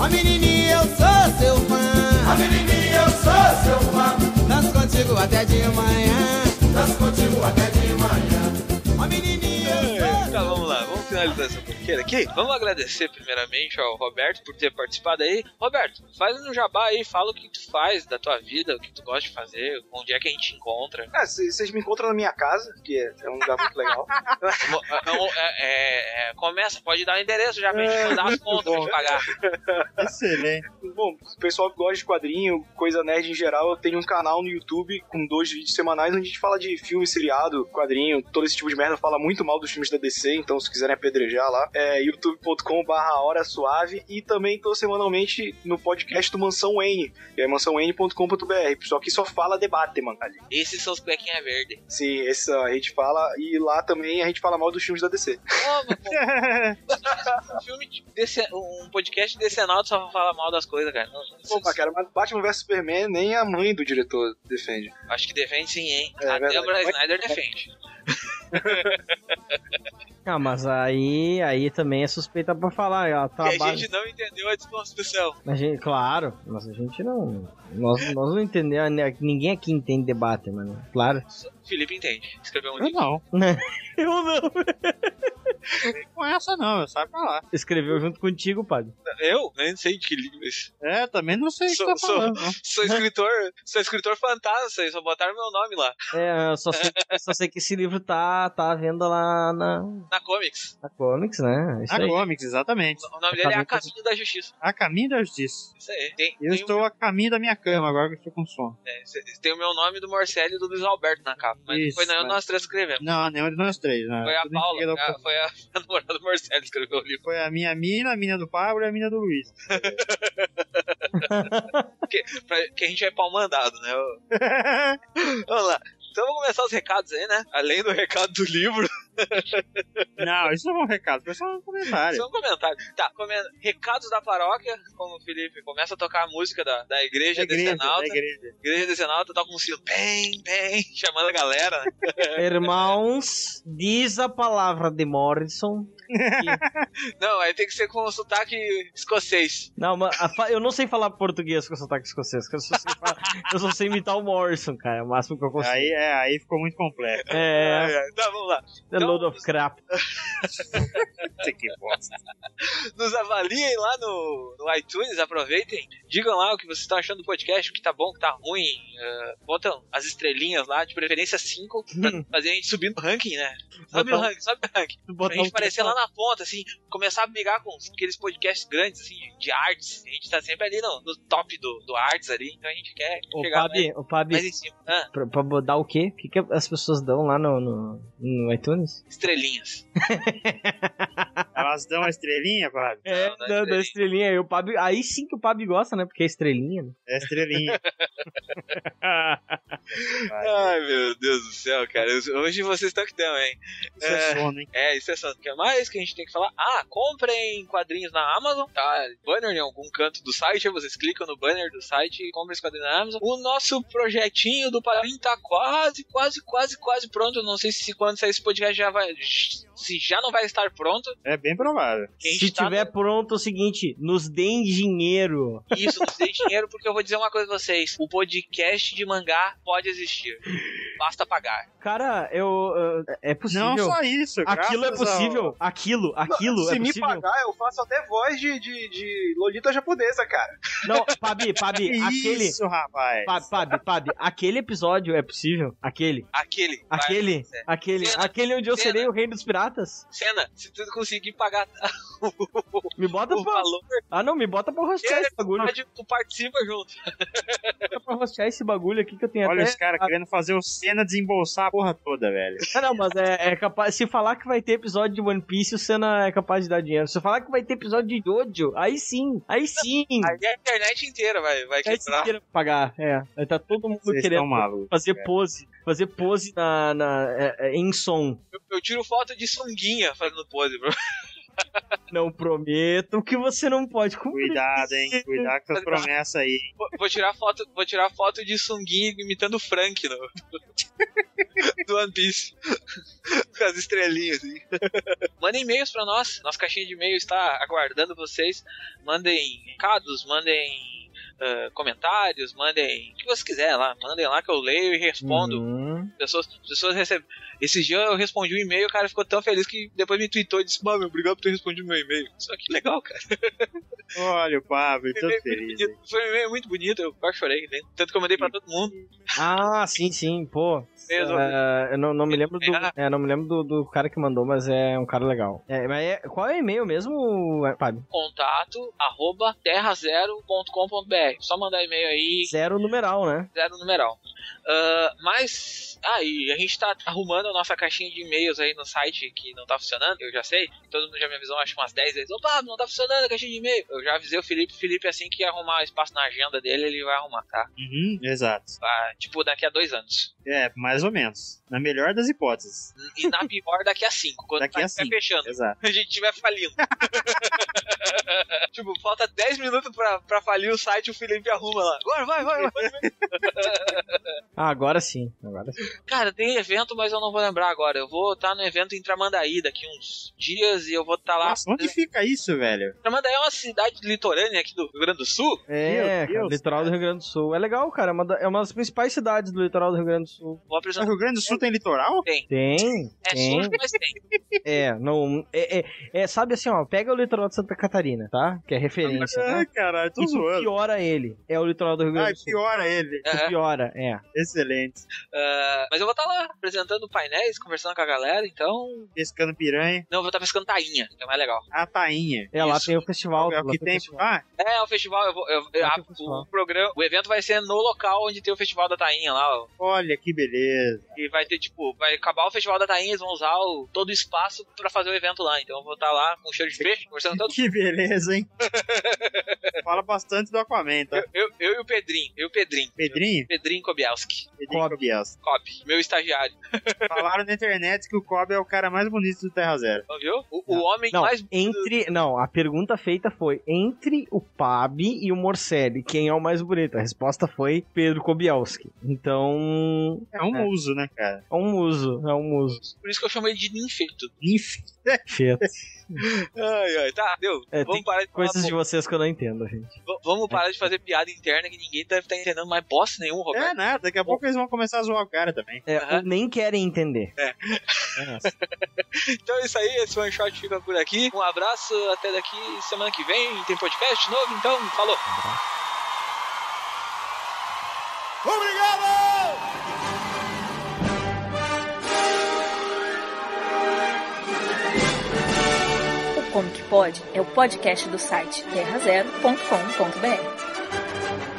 A menininha, eu sou seu fã. A menininha, eu sou seu fã. Danço contigo até de manhã. Danço contigo até de manhã. A menininha, eu sou
Tá, vamos lá, vamos finalizar essa porqueira aqui. Vamos agradecer primeiramente ao Roberto por ter participado aí. Roberto, faz um jabá aí, fala o que tu faz da tua vida, o que tu gosta de fazer, onde é que a gente te encontra.
Ah, vocês me encontram na minha casa, que é, é um lugar muito legal.
Mo- um, é, é, é, começa, pode dar o endereço já pra
É.
gente mandar as contas pra gente pagar.
Excelente.
Bom, o pessoal que gosta de quadrinho, coisa nerd em geral, eu tenho um canal no YouTube com dois vídeos semanais onde a gente fala de filme, seriado, quadrinho, todo esse tipo de merda. Fala muito mal dos filmes da DC, então se quiserem apedrejar lá, é youtube.com.br Hora Suave. E também tô semanalmente no podcast do Mansão N, que é mansãon.com.br. Só que só fala de Batman ali.
Esses são os cuequinhas verdes.
Sim, essa a gente fala. E lá também a gente fala mal dos filmes da DC.
Ô, mas, pô, um filme de desse- um podcast decenalto só fala mal das coisas, cara. Não, não-
Opa, cara, mas Batman vs Superman nem a mãe do diretor defende.
acho que defende sim, hein?
É
a
verdade.
Débora
Mas-
Snyder defende.
Ah, mas aí, aí também é suspeita pra falar. Ela
tá
Porque a
trabalha.
gente não entendeu a desconstrução.
A gente- claro, mas a gente não. Nós, nós não entendemos, né? ninguém aqui entende debate, mano. Claro.
Felipe entende. Escreveu um
Eu
livro.
não.
Eu não.
Com essa não, eu saio pra lá.
Escreveu junto contigo, padre.
Eu? Nem sei de que livro. isso.
É, também não sei o que
Sou-
tá
sou-
falando. não.
Sou escritor, sou escritor fantasma, vocês só botaram meu nome lá.
É, eu só sei, eu só sei que esse livro tá, tá à venda lá na,
Na Comics.
na Comics, né? Isso
A
aí.
Comics, exatamente.
O nome dele é A
Acabou com-
Caminho da Justiça.
A caminho da justiça.
Isso aí. Tem,
Eu
tem um
estou a caminho da minha cama agora que eu estou com sono.
o, é, cê- tem o meu nome do Marcelo e do Luiz Alberto na capa. Mas
Isso,
foi não,
mas-
nós três escrevemos.
Não, nenhum de nós três. Não.
Foi a
Tudo inteiro
Paula, é.
ao
a-
povo.
foi a, a namorada do Marcelo que escreveu o livro.
Foi a minha mina, a mina do Pablo e a mina do Luiz.
Porque, pra, que a gente é pau mandado, né? Ô, Vamos lá. Então vamos começar os recados aí, né? Além do recado do livro,
Não, isso não é um recado, foi só um comentário.
só um comentário. Tá, comen- recados da paróquia, como o Felipe começa a tocar a música da, da igreja,
Da É igreja, da
decenalta.
igreja.
Igreja decenalta toca um sino bem, bem, chamando a galera, né?
Irmãos, diz a palavra de Morrison.
Não, aí tem que ser com o sotaque escocês.
Não, mas a fa- eu não sei falar português com sotaque escocês. que Eu só, sei falar- eu só sei imitar o Morrison, cara. É o máximo que eu consigo.
Aí, é, aí ficou muito complexo.
É,
Ai, ai. Tá, vamos lá.
the load of crap.
Isso aqui, bosta.
Nos avaliem lá no, no iTunes, aproveitem. Digam lá o que vocês estão achando do podcast, o que tá bom, o que tá ruim. eh, botam as estrelinhas lá, de preferência 5,
Hum.
pra fazer a gente subir no ranking, né? Sobe o
Botar um-
ranking, sobe o ranking. Pra
Botar
gente
um-
aparecer lá na ponta, assim, começar a brigar com aqueles podcasts grandes, assim, de artes. A gente tá sempre ali no, no top do, do artes ali, então a gente quer
Ô,
chegar mais,
Pabi, ô, Pabi,
mais em cima. Ah,
pra, pra dar o quê? O que, que as pessoas dão lá no, no, no iTunes?
estrelinhas.
Elas dão uma estrelinha, Fábio?
É,
Não, dá
da, da estrelinha. Aí, o Pabi, aí sim que o Pabi gosta, né? Porque é estrelinha. Né?
É estrelinha.
Ai, meu Deus do céu, cara. Hoje vocês estão que estão, hein?
Isso é sono, hein?
É, isso é só. O que mais que a gente tem que falar? Ah, comprem quadrinhos na Amazon. Tá, banner em algum canto do site. Aí vocês clicam no banner do site e comprem os quadrinhos na Amazon. O nosso projetinho do Palim tá quase, quase, quase, quase pronto. Eu Não sei se quando sair esse podcast já vai. Se já não vai estar pronto.
É bem provável.
A gente
Se
tá
tiver pronto, é o seguinte: nos deem dinheiro.
Isso, não sei dinheiro, porque eu vou dizer uma coisa pra vocês: o podcast de mangá pode existir. Basta pagar.
Cara, eu. eu- É possível.
Não só isso,
Aquilo é
graças ao-
possível. Aquilo, aquilo
Se
é
me
possível.
pagar, eu faço até voz de, de, de Lolita japonesa, cara.
Não, Pabi, Pabi, aquele.
Isso, rapaz.
Pabi, Pabi, Pabi, aquele episódio é possível? Aquele,
Aquele. vai.
aquele, aquele,
Cena,
aquele onde eu
cena.
serei o rei dos piratas.
Cena, se tu conseguir pagar
Me bota
o é
pra.
valor,
Ah, não, me bota pra rostear esse bagulho. Me
pode- tu participa junto.
bota pra rostear esse bagulho aqui que eu tenho
Olha
é até.
os caras querendo fazer o Senna desembolsar a porra toda, velho.
Ah, não, mas é, é capaz. Se falar que vai ter episódio de One Piece, o Senna é capaz de dar dinheiro. Se falar que vai ter episódio de Jojo, aí sim, aí sim.
Aí a internet inteira vai, vai
Aí sim
quebrar.
queira pagar. É, aí tá todo mundo
Vocês estão
querendo
malucos.
fazer
velho.
pose. Fazer pose na, na- é, é, em som.
Eu, eu tiro foto de sunguinha fazendo pose, bro.
Não prometo que você não pode cumprir.
Cuidado, hein? Cuidado com essas promessas aí.
Vou, vou tirar foto, vou tirar foto de sunguinha imitando o Frank no, do One Piece. Com as estrelinhas, assim. Mandem e-mails pra nós. Nossa caixinha de e-mail está aguardando vocês. Mandem recados, mandem ah, comentários, mandem o que você quiser lá. Mandem lá que eu leio e respondo.
Uhum.
Pessoas, pessoas recebem. Esses dias eu respondi um e-mail, o cara ficou tão feliz que depois me tweetou e disse: Mano, obrigado por ter respondido meu e-mail. Só que legal, cara.
Olha o Pablo,
Foi um
todo
e-mail muito
feliz.
bonito, Foi um e-mail muito bonito, eu quase chorei, né? Tanto que eu mandei pra todo mundo.
Ah, sim, sim, pô.
Mesmo.
É, eu não, não me lembro do. É, não me lembro do, do cara que mandou, mas é um cara legal. É, mas é- qual é o e-mail mesmo, é, Fábio?
Contato arroba terrazero.com.br. Só mandar e-mail aí,
Zero numeral, né?
zero numeral. Ah, mas, aí, a gente tá arrumando a nossa caixinha de e-mails aí no site que não tá funcionando, eu já sei. Todo mundo já me avisou, acho que umas 10 vezes. Opa, não tá funcionando a caixinha de e-mail. Eu já avisei o Felipe, o Felipe assim que arrumar espaço na agenda dele, ele vai arrumar, tá?
Uhum, exato.
Ah, tipo, daqui a dois anos.
É, mais ou menos. Na melhor das hipóteses.
E na pior, daqui a cinco, quando
Daqui
tá-
a
tiver
cinco.
fechando.
Exato.
A gente tiver falindo. tipo, falta 10 minutos pra, pra falir o site, o Felipe arruma lá. Agora vai, vai, vai.
Ah, agora sim. Agora sim.
Cara, tem evento, mas eu não vou lembrar agora. Eu vou estar no evento em Tramandaí daqui uns dias e eu vou estar lá.
Nossa,
né?
onde fica isso, velho?
Tramandaí é uma cidade litorânea aqui do Rio Grande do Sul.
É,
Meu
cara,
Deus,
litoral do Rio Grande do Sul. É legal, cara. É uma, da- é uma das principais cidades do litoral do Rio Grande do Sul.
Vou
O
apresentar.
Rio Grande do Sul tem litoral?
Tem.
É
tem.
sujo, mas tem.
É, não. É, é- é, sabe assim, ó, pega o litoral de Santa Catarina, tá? Que é referência, né?
Ai, caralho, Ah, tô
E tu
zoando.
piora ele. É o litoral do Rio Grande
Ai,
do Sul.
piora ele.
É.
Piora, é.
Excelente.
Ah, mas eu vou estar lá apresentando painéis, conversando com a galera, então.
Pescando piranha.
Não, eu vou estar pescando tainha, que é mais legal.
A tainha.
É, lá
Isso.
tem o festival.
É o
lá
que
o
tem.
festival.
Ah,
É, o festival, eu vou, eu- eu- a-
Vai ter o festival.
o programa, o evento vai ser no local onde tem o festival da Tainha lá, ó.
olha que beleza.
e vai ter tipo, vai acabar o festival da Tainha, eles vão usar o- todo o espaço tá um pra fazer o evento lá, então eu vou estar lá com cheiro de peixe, conversando com todo
Que beleza, hein? fala bastante do Aquaman, tá?
Eu, eu, eu e o Pedrinho, eu e o Pedrinho.
Pedrinho?
Pedrinho Kobielski.
Pedrinho
Cobb.
Cobias.
Cop, meu estagiário.
Falaram na internet que o Cobb é o cara mais bonito do Terra Zero.
Não Então, viu? O, o homem
Não,
mais.
entre. Não, a pergunta feita foi: entre o Pab e o Morcelli, quem é o mais bonito? A resposta foi Pedro Kobielski. Então.
É um muso, né, cara?
É um muso, é um muso.
Por isso que eu chamo ele de ninfeito.
Enfim.
Feta.
Ah, Ai, ai, tá, deu.
É,
vamos
tem
parar de falar,
Coisas de vocês que eu não entendo, gente.
v- Vamos parar de fazer piada interna que ninguém deve estar entendendo mais bosta nenhum, Roberto.
É nada, daqui a pouco eles vão começar a zoar o cara também.
É,
Aham.
Nem querem entender.
Então é isso aí, esse one shot fica por aqui. Um abraço, até daqui semana que vem. Tem podcast novo, então falou.
Obrigado!
O Como Que Pode é o podcast do site terrazero.com.br.